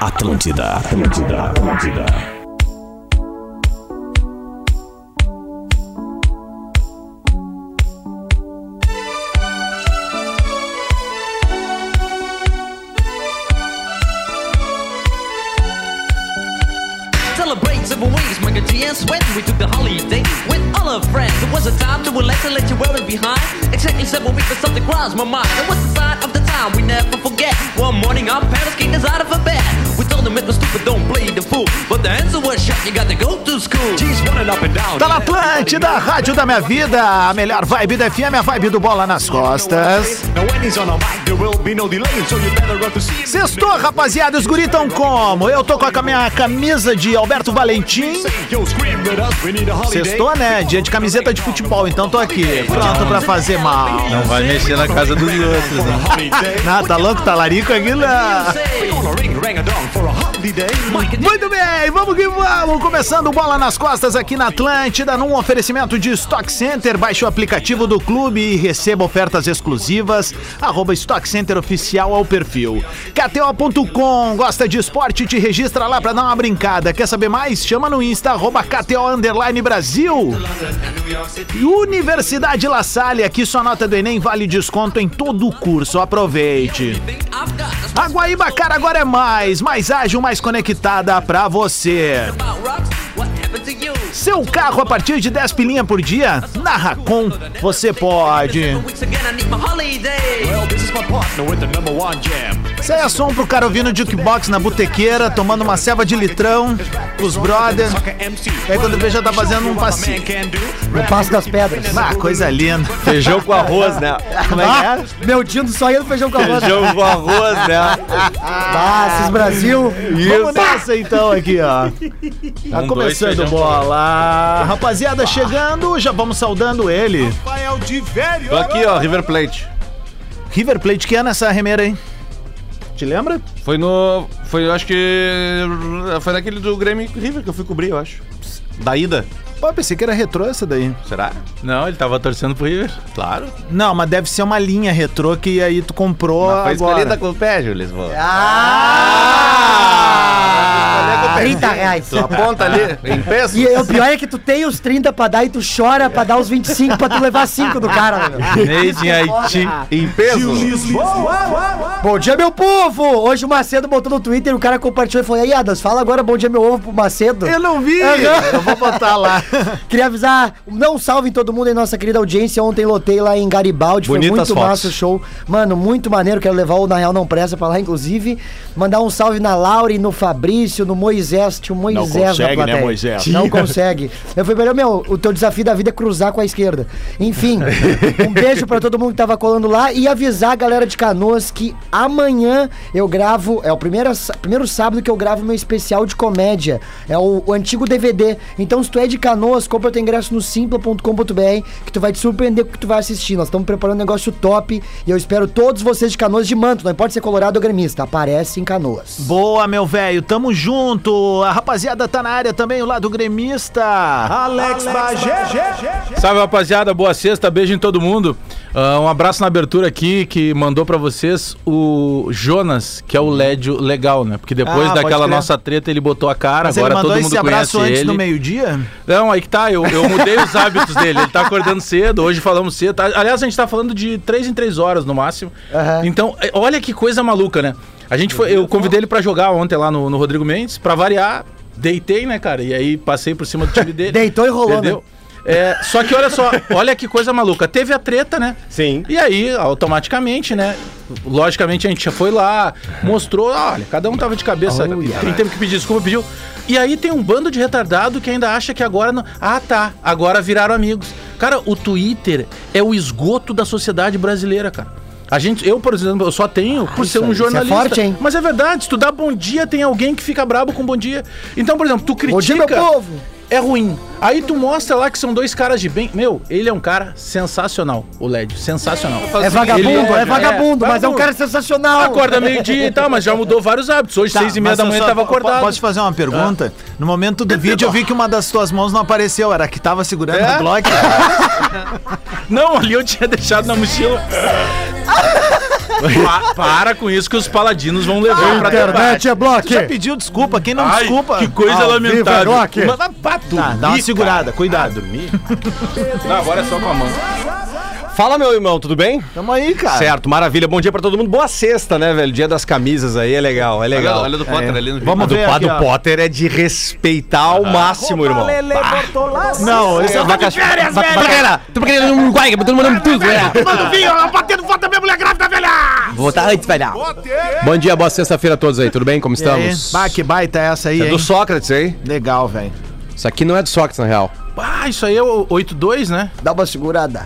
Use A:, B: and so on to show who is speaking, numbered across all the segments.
A: Atlântida, Atlântida, Atlântida.
B: Celebrate several ways, my good and sweat. We took the holiday with all our friends. It was a time to relax and let you wear it behind. Exactly seven weeks, but something crossed my mind. It was the sign of the time we never forget. One morning, our parents kicked us out of a bed. We told them it was stupid, don't play the fool. But the answer was shut, you got to go to school. Jeez, running up and down.
C: Tá na Atlântida, a Rádio da Minha Vida, a melhor vibe da FM, a vibe do Bola nas Costas. Sextou, rapaziada, os guris tão como? Eu tô com a minha camisa de Alberto Valentim. Sextou, né? Dia de camiseta de futebol, então tô aqui, pronto pra fazer mal.
D: Não vai mexer na casa dos outros, né?
C: Ah, tá louco, talarico aqui né? lá. Muito bem, vamos que vamos! Começando o Bola nas Costas aqui na Atlântida, num oferecimento de Stock Center. Baixe o aplicativo do clube e receba ofertas exclusivas. Arroba Stock Center Oficial ao perfil. KTO.com, gosta de esporte? Te registra lá pra dar uma brincada. Quer saber mais? Chama no Insta, arroba KTO Underline Brasil. E Universidade La Salle, aqui sua nota do Enem vale desconto em todo o curso. Aproveite.
B: I've got a
C: A Guaíbacara agora é mais, mais ágil, mais conectada pra você.
B: about rocks. What happened to you?
C: Seu carro a partir de 10 pilinha por dia? Na Racon, você pode.
B: Seven weeks again, I need my holiday.
C: Isso aí é som pro cara ouvindo jukebox na botequeira, tomando uma ceva de litrão, os brothers. E aí quando vê já tá fazendo um passeio.
E: No Passo das Pedras.
C: Ah, coisa linda.
D: Feijão com arroz, né? Como é que
E: Ah, meu dia do sonho feijão com a
D: é?
E: roda.
D: Feijão com arroz, né?
E: Ah, esses Brasil.
C: Vamos nessa então aqui, ó. Tá
D: Um, dois,
C: começando
D: feijão.
C: bola. Rapaziada chegando, já vamos saudando ele.
D: Tô aqui, ó, River Plate.
C: River Plate que é nessa remeira, hein? Te lembra?
D: Foi no. Foi, eu acho que. Foi naquele do Grêmio e River que eu fui cobrir, eu acho. Da ida.
C: Pô, pensei que era retrô essa daí.
D: Será?
F: Não, ele tava torcendo pro River.
D: Claro.
C: Não, mas deve ser uma linha retrô que aí tu comprou
D: Foi escolhida
C: agora.
D: com o pé, Júlio Lisboa.
E: Ah! 30 reais.
D: Tu aponta ali, em peso.
E: E o pior é que tu tem os 30 pra dar e tu chora pra dar os 25 pra tu levar 5 do cara, né, meu?
F: Made in Haiti.
D: Em peso.
E: Bom dia, meu povo! Hoje o Macedo botou no Twitter, o cara compartilhou e falou: E aí, Adas, fala agora bom dia, meu ovo pro Macedo.
C: Eu não vi!
E: Aham.
C: Eu vou botar lá.
E: Queria avisar, não salve em todo mundo em nossa querida audiência. Ontem lotei lá em Garibaldi,
D: Bonitas
E: foi muito
D: fotos.
E: massa o show. Mano, muito maneiro. Quero levar o Na Real Não Pressa pra lá, inclusive. Mandar um salve na Laure, no Fabrício, no Moisés. Tinha o Moisés na
C: consegue, né,
E: plateia.
C: Moisés?
E: Não consegue. Eu falei pra ele, meu, o teu desafio da vida é cruzar com a esquerda. Enfim, um beijo pra todo mundo que tava colando lá e avisar a galera de Canoas que amanhã eu gravo, é o primeiro, sá- primeiro sábado que eu gravo meu especial de comédia. É o, o antigo DVD. Então, se tu é de Canoas, compra teu ingresso no simpla.com.br que tu vai te surpreender com o que tu vai assistir. Nós estamos preparando um negócio top e eu espero todos vocês de Canoas de manto. Não importa ser colorado ou gremista, aparece em Canoas.
C: Boa, meu velho, tamo junto. A rapaziada tá na área também, o lado gremista. Alex,
F: Salve, Tá, rapaziada. Boa sexta. Beijo em todo mundo. Ah, um abraço na abertura aqui que mandou pra vocês o Jonas, que é o Lédio legal, né? Porque depois
C: Ah, pode
F: daquela
C: crer.
F: nossa treta ele botou a cara,
C: Mas ele
F: agora
C: mandou
F: todo mundo
C: esse
F: conhece
C: abraço antes
F: ele.
C: do meio-dia?
F: Não, aí que tá, eu, eu mudei os hábitos dele. Ele tá acordando cedo, hoje falamos cedo. tá? Aliás, a gente tá falando de 3 em 3 horas no máximo.
E: Aham.
F: Então, eh, olha que coisa maluca, né? A gente foi, eu convidei ele pra jogar ontem lá no, no Rodrigo Mendes, pra variar, deitei, né, cara? E aí passei por cima do time dele.
E: Deitou e rolou, né?
F: Entendeu? É, só que olha só, olha que coisa maluca. Teve a treta, né?
D: Sim.
F: E aí, automaticamente, né? Logicamente, a gente já foi lá, mostrou, olha, cada um tava de cabeça. tem tempo que pedir desculpa, pediu. E aí tem um bando de retardado que ainda acha que agora. Não... Ah, tá. Agora viraram amigos. Cara, o Twitter é o esgoto da sociedade brasileira, cara. A gente, eu, por exemplo, eu só tenho por ser
E: isso
F: um
E: é
F: jornalista.
E: forte, hein?
F: Mas é verdade, se tu dá bom dia, tem alguém que fica brabo com bom dia. Então, por exemplo, tu critica.
E: Bom dia, meu povo!
F: É ruim. Aí tu mostra lá que são dois caras de bem. Meu, ele é um cara sensacional, o LED. Sensacional.
E: É vagabundo,
F: Ele
E: é, vagabundo, mas é um
F: vagabundo.
E: cara sensacional.
F: Acorda meio-dia e tal, mas já mudou vários hábitos. Hoje,
C: Tá,
F: seis e meia
C: mas
F: da
C: eu
F: manhã,
C: só
F: ele tava
C: po- po-
F: acordado. Ah.
C: Posso te fazer uma pergunta? No momento do vídeo, eu vi que uma das tuas mãos não apareceu, era a que tava segurando
F: É?
C: o bloco.
F: Não, ali eu tinha deixado na mochila. Pa- para com isso que os paladinos vão levar pra debate.
E: é bloco.
C: Tu já pediu desculpa, quem não
F: Ai,
C: desculpa.
F: Que coisa
C: Ah,
F: lamentável.
E: viva, Rock.
F: Mas dá
C: Tá,
F: pra dormir,
C: dá uma
F: cara.
C: segurada, cuidado.
F: Não, agora é só com a mão.
G: Fala, meu irmão, tudo bem?
C: Tamo aí, cara.
D: é
G: Certo, maravilha. Bom dia pra todo mundo. Boa sexta, né, velho? Dia das camisas aí, é legal, é
D: Olha,
G: legal.
D: olha do Potter ali no
C: Vamos
G: A do,
C: ver
G: a
C: aqui,
G: do
C: ó.
G: Potter é de respeitar ao máximo, irmão.
C: Não, esse é o
G: Vaca- vaca- vaqueira, tu porque ele não guai, todo mundo tudo, né? Vou botar antes, velho. Bom dia, boa sexta-feira a todos aí, tudo bem? Como estamos?
C: Bah, que baita é essa aí,
G: É
C: hein?
G: do Sócrates, hein?
C: Legal, velho.
G: Isso aqui não é do Sócrates, na real.
F: Ah, isso aí é o 8-2, né?
E: Dá uma segurada.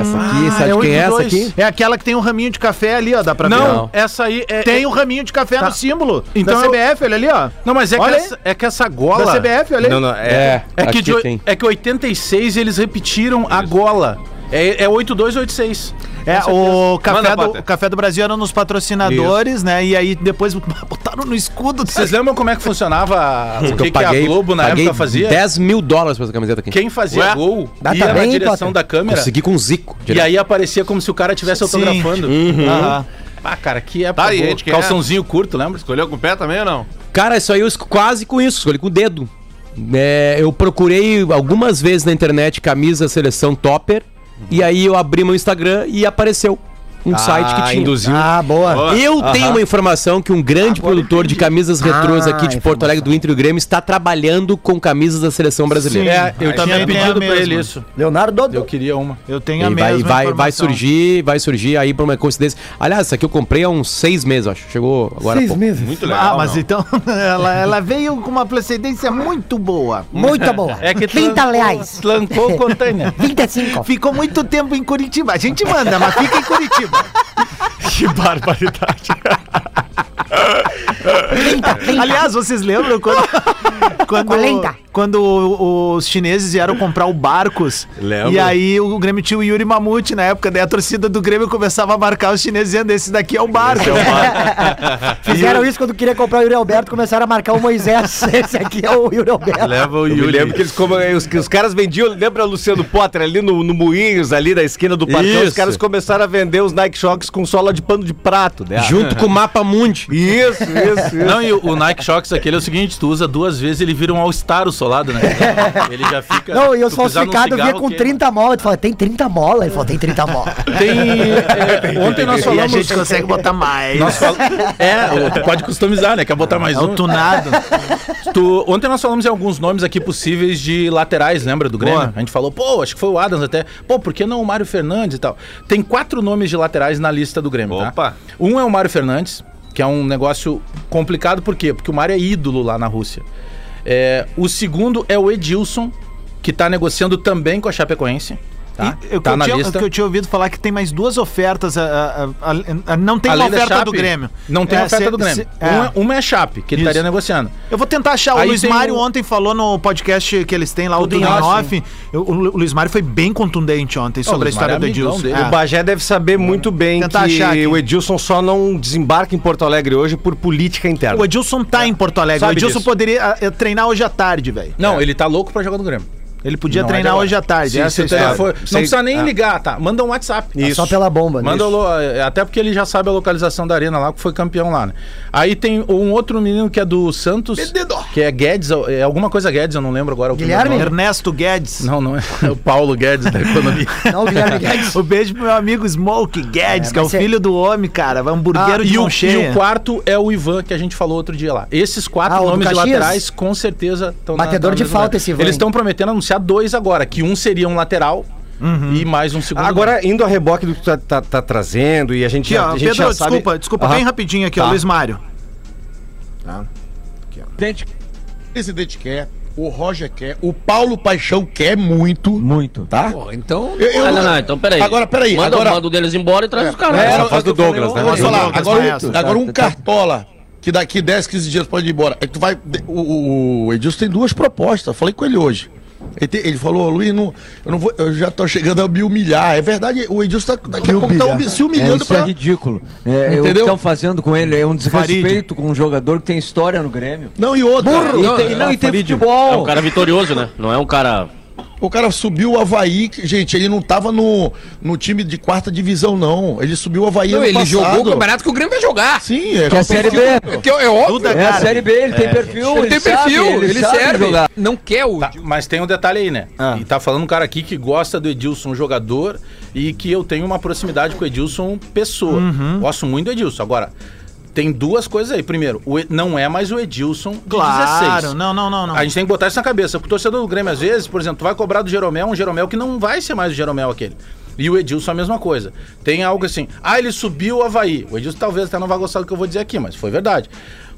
G: Essa aqui,
F: Ah,
G: sabe
F: é
G: de quem é essa
F: 8-2.
G: aqui?
C: É aquela que tem um raminho de café ali, ó, dá pra ver.
F: Não,
G: Não.
F: essa aí é.
C: Tem
F: é-
C: um raminho de café no símbolo
F: Então
C: da
F: eu-
C: CBF, olha ali, ó.
F: Não, mas é que,
C: Olha aí.
F: essa, é que essa gola.
C: Da CBF, olha aí.
G: Não, não, é.
F: É que,
G: aqui
F: de, oi-
G: tem.
F: é que 86 eles repetiram a gola. É, é 8286.
C: É, o
D: Manda,
C: café, do,
D: Potter.
C: o café do Brasil era nos patrocinadores, né? E aí depois botaram no escudo.
F: Vocês lembram como é que funcionava o
G: Que
F: que,
G: eu
F: que a
G: paguei,
F: Globo na
G: paguei
F: época fazia?
G: 10 mil dólares pra essa camiseta aqui.
F: Quem fazia
D: Ué?
F: gol
E: Dá
F: ia na
E: também,
F: direção
E: Potter?
F: da câmera
G: Consegui com o Zico.
F: e aí aparecia como se o cara estivesse
C: Sim. Uhum.
F: autografando.
C: Aham.
F: Ah, cara, que época
D: Tá, e
F: boa.
D: aí, de quem é?
F: Calçãozinho curto, lembra?
D: Escolheu com o pé também ou não?
G: Cara, isso aí eu esco- quase com isso, escolhi com o dedo. É, eu procurei algumas vezes na internet camisa seleção topper,
F: Uhum.
G: e aí eu abri meu Instagram e apareceu um site que tinha.
E: Ah, boa.
G: Eu tenho uma informação que um grande produtor de camisas retrôs
E: Ah,
G: aqui de Porto
E: informação.
G: Alegre, do Inter e do Grêmio, está trabalhando com camisas da seleção brasileira.
F: É, eu
C: Aí também
F: tinha
C: tem a
F: pedido pra
C: mesma.
F: ele isso.
E: Leonardo
F: Eu
E: Dodô.
F: queria uma.
C: Eu tenho a
G: E vai,
C: mesma
G: vai, vai
C: informação.
G: surgir, vai surgir aí por uma coincidência. Aliás, isso aqui eu comprei há uns seis meses, acho. Chegou agora. há pouco.
E: meses.
D: Muito
C: Ah, mas
D: não.
C: então ela, ela veio com uma precedência muito boa.
E: Muito boa.
F: É que
E: 30
F: trancou-
E: reais.
F: Trancou o container.
E: 25.
C: Ficou muito tempo em Curitiba. A gente manda, mas fica em Curitiba.
E: 30, 30.
C: Aliás, vocês lembram quando. Quando,
E: 40.
C: quando o- os chineses vieram comprar o barcos.
G: Lembro.
C: E aí o Grêmio tinha o Yuri Mamute na época, daí a torcida do Grêmio começava a marcar os chineses dizendo: esse daqui é o barco.
E: Fizeram isso quando queria comprar o Yuri Alberto, começaram a marcar o Moisés. Esse aqui é o Yuri Alberto.
D: Leva o
G: Eu me lembro
D: Yuri.
G: que eles como, os, os caras vendiam, lembra Luciano Potter ali no, no Moinhos, ali da esquina do Parcão, os
F: Isso.
G: caras começaram a vender os Nike Shocks com sola de pano de prato, né? Junto com o Mapa Mundi. Isso, isso, isso.
F: Não, e o, o Nike Shox aquele é o seguinte, tu usa duas vezes, ele vira um All-Star o solado, né? Ele já fica...
E: Não, e os
F: tu pisar num
E: falsificados vinha
F: cigarro,
E: com
F: queima.
E: 30 molas. Tu fala, tem 30 molas? Ele falou, tem 30 molas. Tá
F: Tem... é, ontem nós
C: e a
F: falamos...
C: gente consegue botar mais.
F: nós fal- É, tu pode customizar, né? Quer botar mais
C: É
F: um?
C: o tunado.
F: Tu- Ontem nós falamos em alguns nomes aqui possíveis de laterais, lembra do Grêmio? A gente falou, pô, acho que foi o Adams até. Pô, por que não o Mário Fernandes e tal? Tem quatro nomes de laterais na lista do Grêmio, tá?
D: Opa.
F: Um é o Mário Fernandes, que é um negócio complicado, por quê? Porque o Mário é ídolo lá na Rússia. É, o segundo é o Edilson, que tá negociando também com a Chapecoense. Tá,
C: E eu,
F: tá
C: que
F: na
C: eu tinha,
F: lista.
C: que eu tinha ouvido falar é que tem mais duas ofertas. a- a- a- a- a- não tem
F: Além
C: uma
F: da
C: oferta
F: Chape,
C: do Grêmio.
F: Não tem
C: É,
F: oferta
C: se-
F: do Grêmio.
C: se- é.
F: Uma, uma é a Chape, que ele
C: Isso.
F: estaria negociando.
C: Eu vou tentar achar.
F: Aí
C: o Luiz
F: tem
C: Mário
F: o-
C: ontem falou no podcast que eles têm lá, o
F: O do
C: Tudo em
F: Nelson.
C: Off. Eu- O Lu- o Luiz Mário foi bem contundente ontem
F: o
C: sobre a
F: Luiz
C: história
F: Mário é
C: do
F: amigão
C: Edilson.
F: dele.
C: É.
G: O Bagé deve saber muito bem
C: Tentar achar aqui.
G: que o Edilson só não desembarca em Porto Alegre hoje por política interna.
C: O Edilson tá em Porto Alegre.
G: Sabe
C: o Edilson
G: disso.
C: poderia ah, eh, treinar hoje à tarde, velho.
F: Não, ele tá louco pra jogar no Grêmio.
C: Ele podia
F: Não é de
C: treinar
F: agora.
C: hoje à tarde.
F: Se,
C: essa
F: se
C: é a
F: o
C: história.
F: telefone- não precisa nem ligar, tá? Manda um WhatsApp.
E: Só pela bomba. né?
F: Manda o lo- é, até porque ele já sabe a localização da arena lá, que foi campeão lá, né? Aí tem um outro menino que é do Santos, que é Guedes, é alguma coisa Guedes, eu não lembro agora. o primeiro
E: Guilherme?
F: nome. é.
C: Ernesto Guedes.
F: Não, não é, é o Paulo Guedes da economia.
E: Não, o Guilherme
H: É,
E: Guedes.
C: Um beijo pro meu amigo Smoke Guedes,
E: É,
C: que é o
E: mas é-
C: filho do homem, cara. Vai hamburguero de
F: Ah, e, o,
C: mão cheia.
F: e o quarto é o Ivan, que a gente falou outro dia lá. Esses quatro
E: Ah, o do
F: nomes de
E: Caxias?
F: laterais, com certeza, estão
E: Batedor de falta esse Ivan,
F: Eles
E: hein?
F: estão prometendo anunciar dois agora, que um seria um lateral e mais um segundo.
G: Agora, indo a reboque do que tu tá, tá- tá trazendo e a
C: Aqui,
G: gente, já-
C: ó,
G: a gente
C: Pedro,
G: já sabe...
C: desculpa, desculpa,
G: Aham.
C: bem rapidinho aqui, ó,
G: Tá.
C: Luiz Mário.
I: presidente, o presidente quer, o Roger quer, o Paulo Paixão quer muito. Muito. Tá?
B: Então.
I: Eu- eu-
B: Ah, não, não, então peraí.
I: Agora, peraí,
B: Manda,
I: agora-
B: manda um deles embora e traz os caras.
I: É,
G: Essa faz do Douglas, né?
I: Posso
C: Douglas,
I: falar,
C: Douglas,
I: agora,
C: maestro.
I: um, agora um cartola, que daqui 10, 15 dias pode ir embora. É que tu vai. O, o Edilson tem duas propostas. Falei com ele hoje. Ele, te- ele falou, Luiz, não, eu, não vou, eu já tô chegando a me humilhar. É verdade, o Edilson tá, daqui a pouco tá humi- se humilhando
H: É, isso é ridículo. É, eu- o que
I: Entendeu?
H: estão fazendo com ele é um desrespeito com um jogador que tem história no Grêmio.
I: Não, e outra.
H: E tem, não, e tem futebol.
B: É um cara vitorioso, né? Não é um cara
I: O cara subiu o Havaí, que, gente, ele não tava no, no time de quarta divisão, não. Ele subiu o Havaí
J: Não,
I: ano
J: ele jogou o
I: passado.
J: campeonato que o Grêmio vai jogar.
I: Sim, é.
K: Então,
H: Que é a Série B.
J: Que é, é óbvio.
H: É a Série B, ele tem perfil,
J: Ele tem perfil,
H: sabe,
J: ele,
H: sabe
J: serve.
H: jogar.
J: Não quer o.
F: Tá, mas tem um detalhe aí, né?
E: Ah.
F: E tá falando um cara aqui que gosta do Edilson jogador e que eu tenho uma proximidade com o Edilson pessoa. Gosto muito do Edilson. Agora, tem duas coisas aí. Primeiro, o E- não é mais o Edilson de
C: Claro, não, não, não, não.
F: A gente tem que botar isso na cabeça. Porque o torcedor do Grêmio, às vezes, por exemplo, tu vai cobrar do Jeromel um Jeromel que não vai ser mais o Jeromel aquele. E o Edilson a mesma coisa. Tem algo assim, ah, ele subiu o Havaí. O Edilson talvez até não vá gostar do que eu vou dizer aqui, mas foi verdade.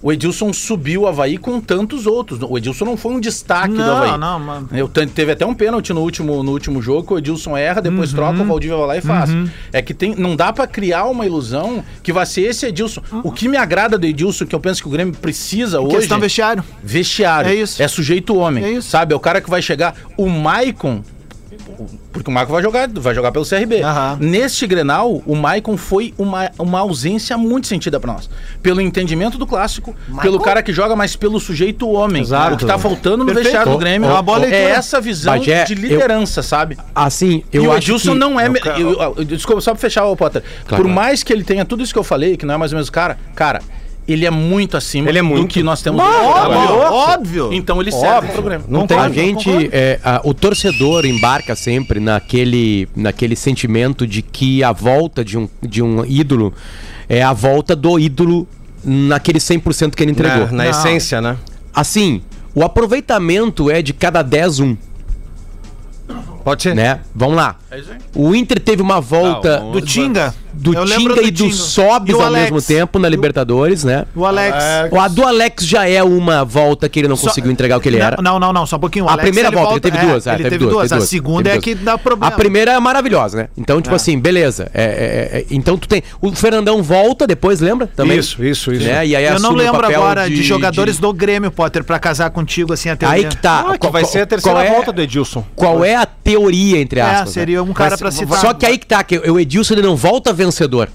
F: O Edilson subiu o Havaí com tantos outros. O Edilson não foi um destaque do
C: Não,
F: Havaí.
C: não, mano.
F: Eu, te- teve até um pênalti no último, no último jogo que o Edilson erra,
C: Uhum.
F: depois troca, o Valdívia vai lá e faz. É que tem, não dá pra criar uma ilusão que vai ser esse Edilson. O que me agrada do Edilson, que eu penso que o Grêmio precisa hoje.
C: Questão vestiário.
F: Vestiário.
C: É isso.
F: É sujeito homem.
C: É isso.
F: Sabe? É o cara que vai chegar. O Maicon. Porque o Maicon vai jogar, vai jogar pelo CRB.
C: Aham.
F: Neste Grenal, o Maicon foi uma, uma ausência muito sentida pra nós. Pelo entendimento do clássico, pelo cara que joga, mas pelo sujeito homem.
G: Exato.
F: O que tá faltando no
C: Perfeito.
F: vestiário do
C: Ó,
F: Grêmio
C: ó, uma boa leitura.
F: é essa visão
G: Bagé,
F: de liderança, sabe?
G: Assim, eu
F: e o
G: acho
F: Edilson
G: que-
F: não é. me- eu- eu- eu- desculpa, só pra fechar o Potter.
G: Claro.
F: Por mais que ele tenha tudo isso que eu falei, que não é mais ou menos o cara, cara, ele é muito acima
G: Ele é
F: do
G: muito.
F: que nós temos no
C: Óbvio,
F: trabalho.
C: óbvio.
F: Então ele serve pro Grêmio.
G: Não
C: Concordo,
G: tem. A gente,
C: concordo.
G: é, a- o torcedor embarca sempre naquele, naquele sentimento de que a volta de um, de um ídolo é a volta do ídolo naquele 100% que ele entregou.
K: Na, na essência, né?
G: Assim, o aproveitamento é de cada 10, um,
K: Pode
C: Ah,
K: ser.
G: né? Vamos lá. O Inter teve uma volta
C: Do Tinga.
G: do
C: Eu lembro
G: Tinga e do
C: Tinga.
G: Sobs
C: E o
G: ao
C: Alex.
G: mesmo tempo na Libertadores, né?
C: O Alex.
G: A do Alex já é uma volta que ele não
C: Só-
G: conseguiu entregar o que ele
C: Não,
G: era.
C: Não, não, não, só um pouquinho. O
G: A
C: Alex,
G: primeira
C: ele
G: volta,
C: volta-
G: ele teve
C: é,
G: duas. é,
C: ele teve duas. A segunda
G: teve
C: é
G: duas.
C: que dá problema.
G: A primeira é maravilhosa, né? Então, tipo assim, beleza. É, é, é, então tu tem. O Fernandão volta depois, lembra? Também.
K: Isso, isso, isso.
G: Né? E aí
C: Eu não
G: assume o
C: lembro
G: papel
C: agora de, jogadores do Grêmio, Potter, pra casar contigo assim até
G: Aí que tá.
K: Ah, que vai ser a
C: é
K: terceira volta do Edilson.
G: Qual é a teoria, entre aspas? né?
C: seria um cara pra citar.
G: Só que aí que tá, que o Edilson ele não volta vencedor.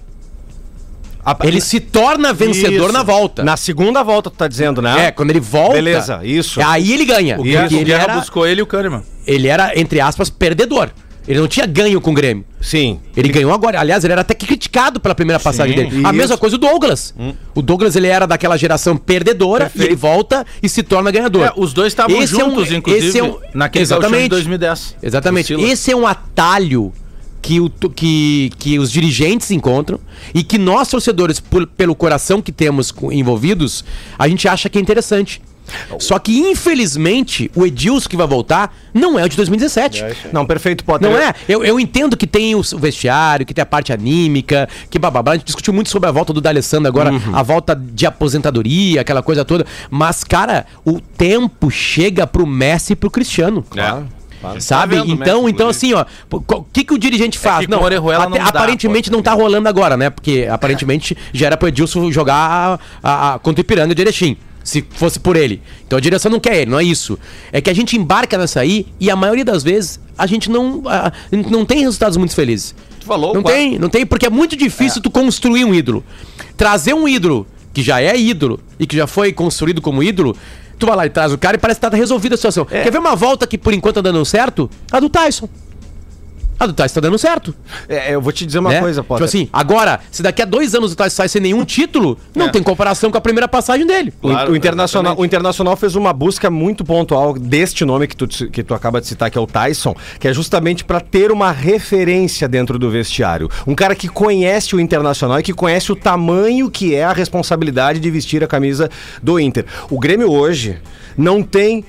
K: A-
G: Ele se torna vencedor
C: Isso.
G: na volta.
K: Na segunda volta, tu tá dizendo, né?
G: É, quando ele volta.
K: Beleza, isso.
G: Aí ele ganha.
K: Guerra-
G: Porque
K: o
G: ele,
F: Guerra
G: era,
F: buscou ele e o Kahneman.
G: ele era, entre aspas, perdedor. Ele não tinha ganho com o Grêmio.
K: Sim.
G: Ele ganhou agora. Aliás, ele era até que criticado pela primeira passagem dele. A mesma coisa o Douglas.
K: Hum.
G: O Douglas ele era daquela geração perdedora e ele volta e se torna ganhador.
F: É, os dois estavam
G: Esse é um-
F: juntos, inclusive,
G: esse é um-
F: naquele gauchão
G: Exatamente.
F: de 2010.
G: Exatamente.
F: Oscila.
G: Esse é um atalho que, o, tu- que, que os dirigentes encontram e que nós, torcedores, por- pelo coração que temos co- envolvidos, a gente acha que é interessante. Só que, infelizmente, o Edilson que vai voltar não é o de 2017.
K: Não, perfeito, Potter.
G: Não é? Eu, eu entendo que tem o s- o vestiário, que tem a parte anímica, que bababá. A gente discutiu muito sobre a volta do D'Alessandro agora,
K: Uhum.
G: a volta de aposentadoria, aquela coisa toda. Mas, cara, o tempo chega pro Messi e pro Cristiano.
D: Claro,
G: Sabe?
D: Tá vendo o
G: então,
D: Messi,
G: então assim,
D: inclusive.
G: ó, pô, co- o que, que o dirigente faz?
F: É que com o Orejuela não dá,
G: aparentemente não tá rolando agora, né? Porque aparentemente já era pro Edilson jogar a, a- a- contra o Ipiranga de Erechim. Se fosse por ele. Então a direção não quer ele, não é isso. É que a gente embarca nessa aí e a maioria das vezes a gente não, a- a- não tem resultados muito felizes.
D: Tu falou,
G: Não
D: quase.
G: tem, não tem, porque é muito difícil tu construir um ídolo. Trazer um ídolo que já é ídolo e que já foi construído como ídolo, tu vai lá e traz o cara e parece que tá resolvida a situação.
D: É.
G: Quer ver uma volta que por enquanto tá dando certo? A do Tyson. A do Tyson tá dando certo.
K: É, eu vou te dizer uma
G: né?
K: coisa, Potter.
G: Tipo assim, agora, se daqui a dois anos o Tyson sai sem nenhum título,
F: É.
G: não tem comparação com a primeira passagem dele.
K: O- o, internacional, o Internacional fez uma busca muito pontual deste nome que tu, te- que tu acaba de citar, que é o Tyson, que é justamente para ter uma referência dentro do vestiário. Um cara que conhece o Internacional e que conhece o tamanho que é a responsabilidade de vestir a camisa do Inter. O Grêmio hoje não tem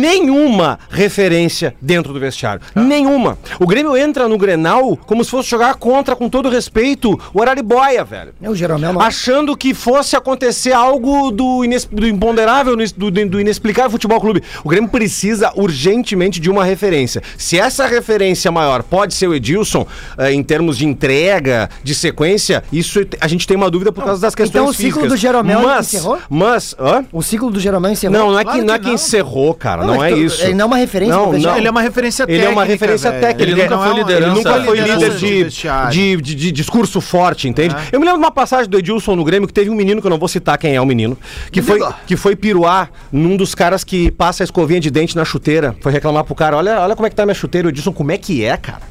K: nenhuma referência dentro do vestiário. Nenhuma. O Grêmio entra no Grenal como se fosse jogar contra, com todo respeito, o Araribóia, velho
E: É o Jeromel, não.
K: achando que fosse acontecer algo do, ines- do imponderável, ines- do, do- do inexplicável futebol clube. O Grêmio precisa urgentemente de uma referência. Se essa referência maior pode ser o Edilson, eh, em termos de entrega, de sequência, isso te- a gente tem uma dúvida por causa das questões
E: Então o ciclo
K: físicas.
E: do Jeromel
K: mas,
E: encerrou?
K: mas, hã?
E: O ciclo do Jeromel encerrou.
K: Não, não é,
C: Claro
K: que, não é
C: que
K: que
C: não.
K: encerrou, cara.
E: Não,
K: Não,
E: mas
K: é
E: tu-
K: isso.
E: ele não é uma referência
K: Não,
E: pro vestiário.
K: não.
E: Ele é uma referência
K: Ele é uma
E: técnica,
K: referência
E: velho.
K: técnica.
E: Ele não
C: um-
E: é uma-
K: Ele nunca
E: liderança
K: foi
E: de
K: líder de, É.
C: vestiário.
K: de, de- de discurso forte, entende? Eu me lembro de uma passagem do Edilson no Grêmio que teve um menino, que eu não vou citar quem é o menino, que, foi, que foi piruar num dos caras que passa a escovinha de dente na chuteira. Foi reclamar pro cara: olha, olha como é que tá minha chuteira. O Edilson, como é que é, cara?